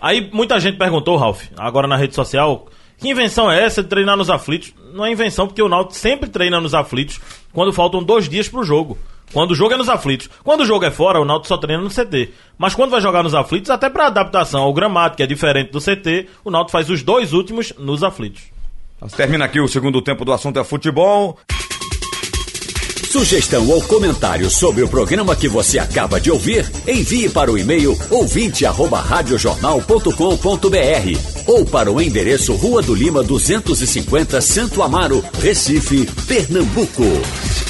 [SPEAKER 7] Aí muita gente perguntou, Ralf, agora na rede social, que invenção é essa de treinar nos aflitos? Não é invenção, porque o Náutico sempre treina nos aflitos quando faltam dois dias pro jogo. Quando o jogo é nos aflitos. Quando o jogo é fora, o Náutico só treina no CT. Mas quando vai jogar nos aflitos, até pra adaptação ao gramado, que é diferente do CT, o Náutico faz os dois últimos nos aflitos.
[SPEAKER 3] Termina aqui o segundo tempo do assunto é futebol.
[SPEAKER 1] Sugestão ou comentário sobre o programa que você acaba de ouvir, envie para o e-mail ouvinte@radiojornal.com.br ou para o endereço Rua do Lima 250, Santo Amaro, Recife, Pernambuco.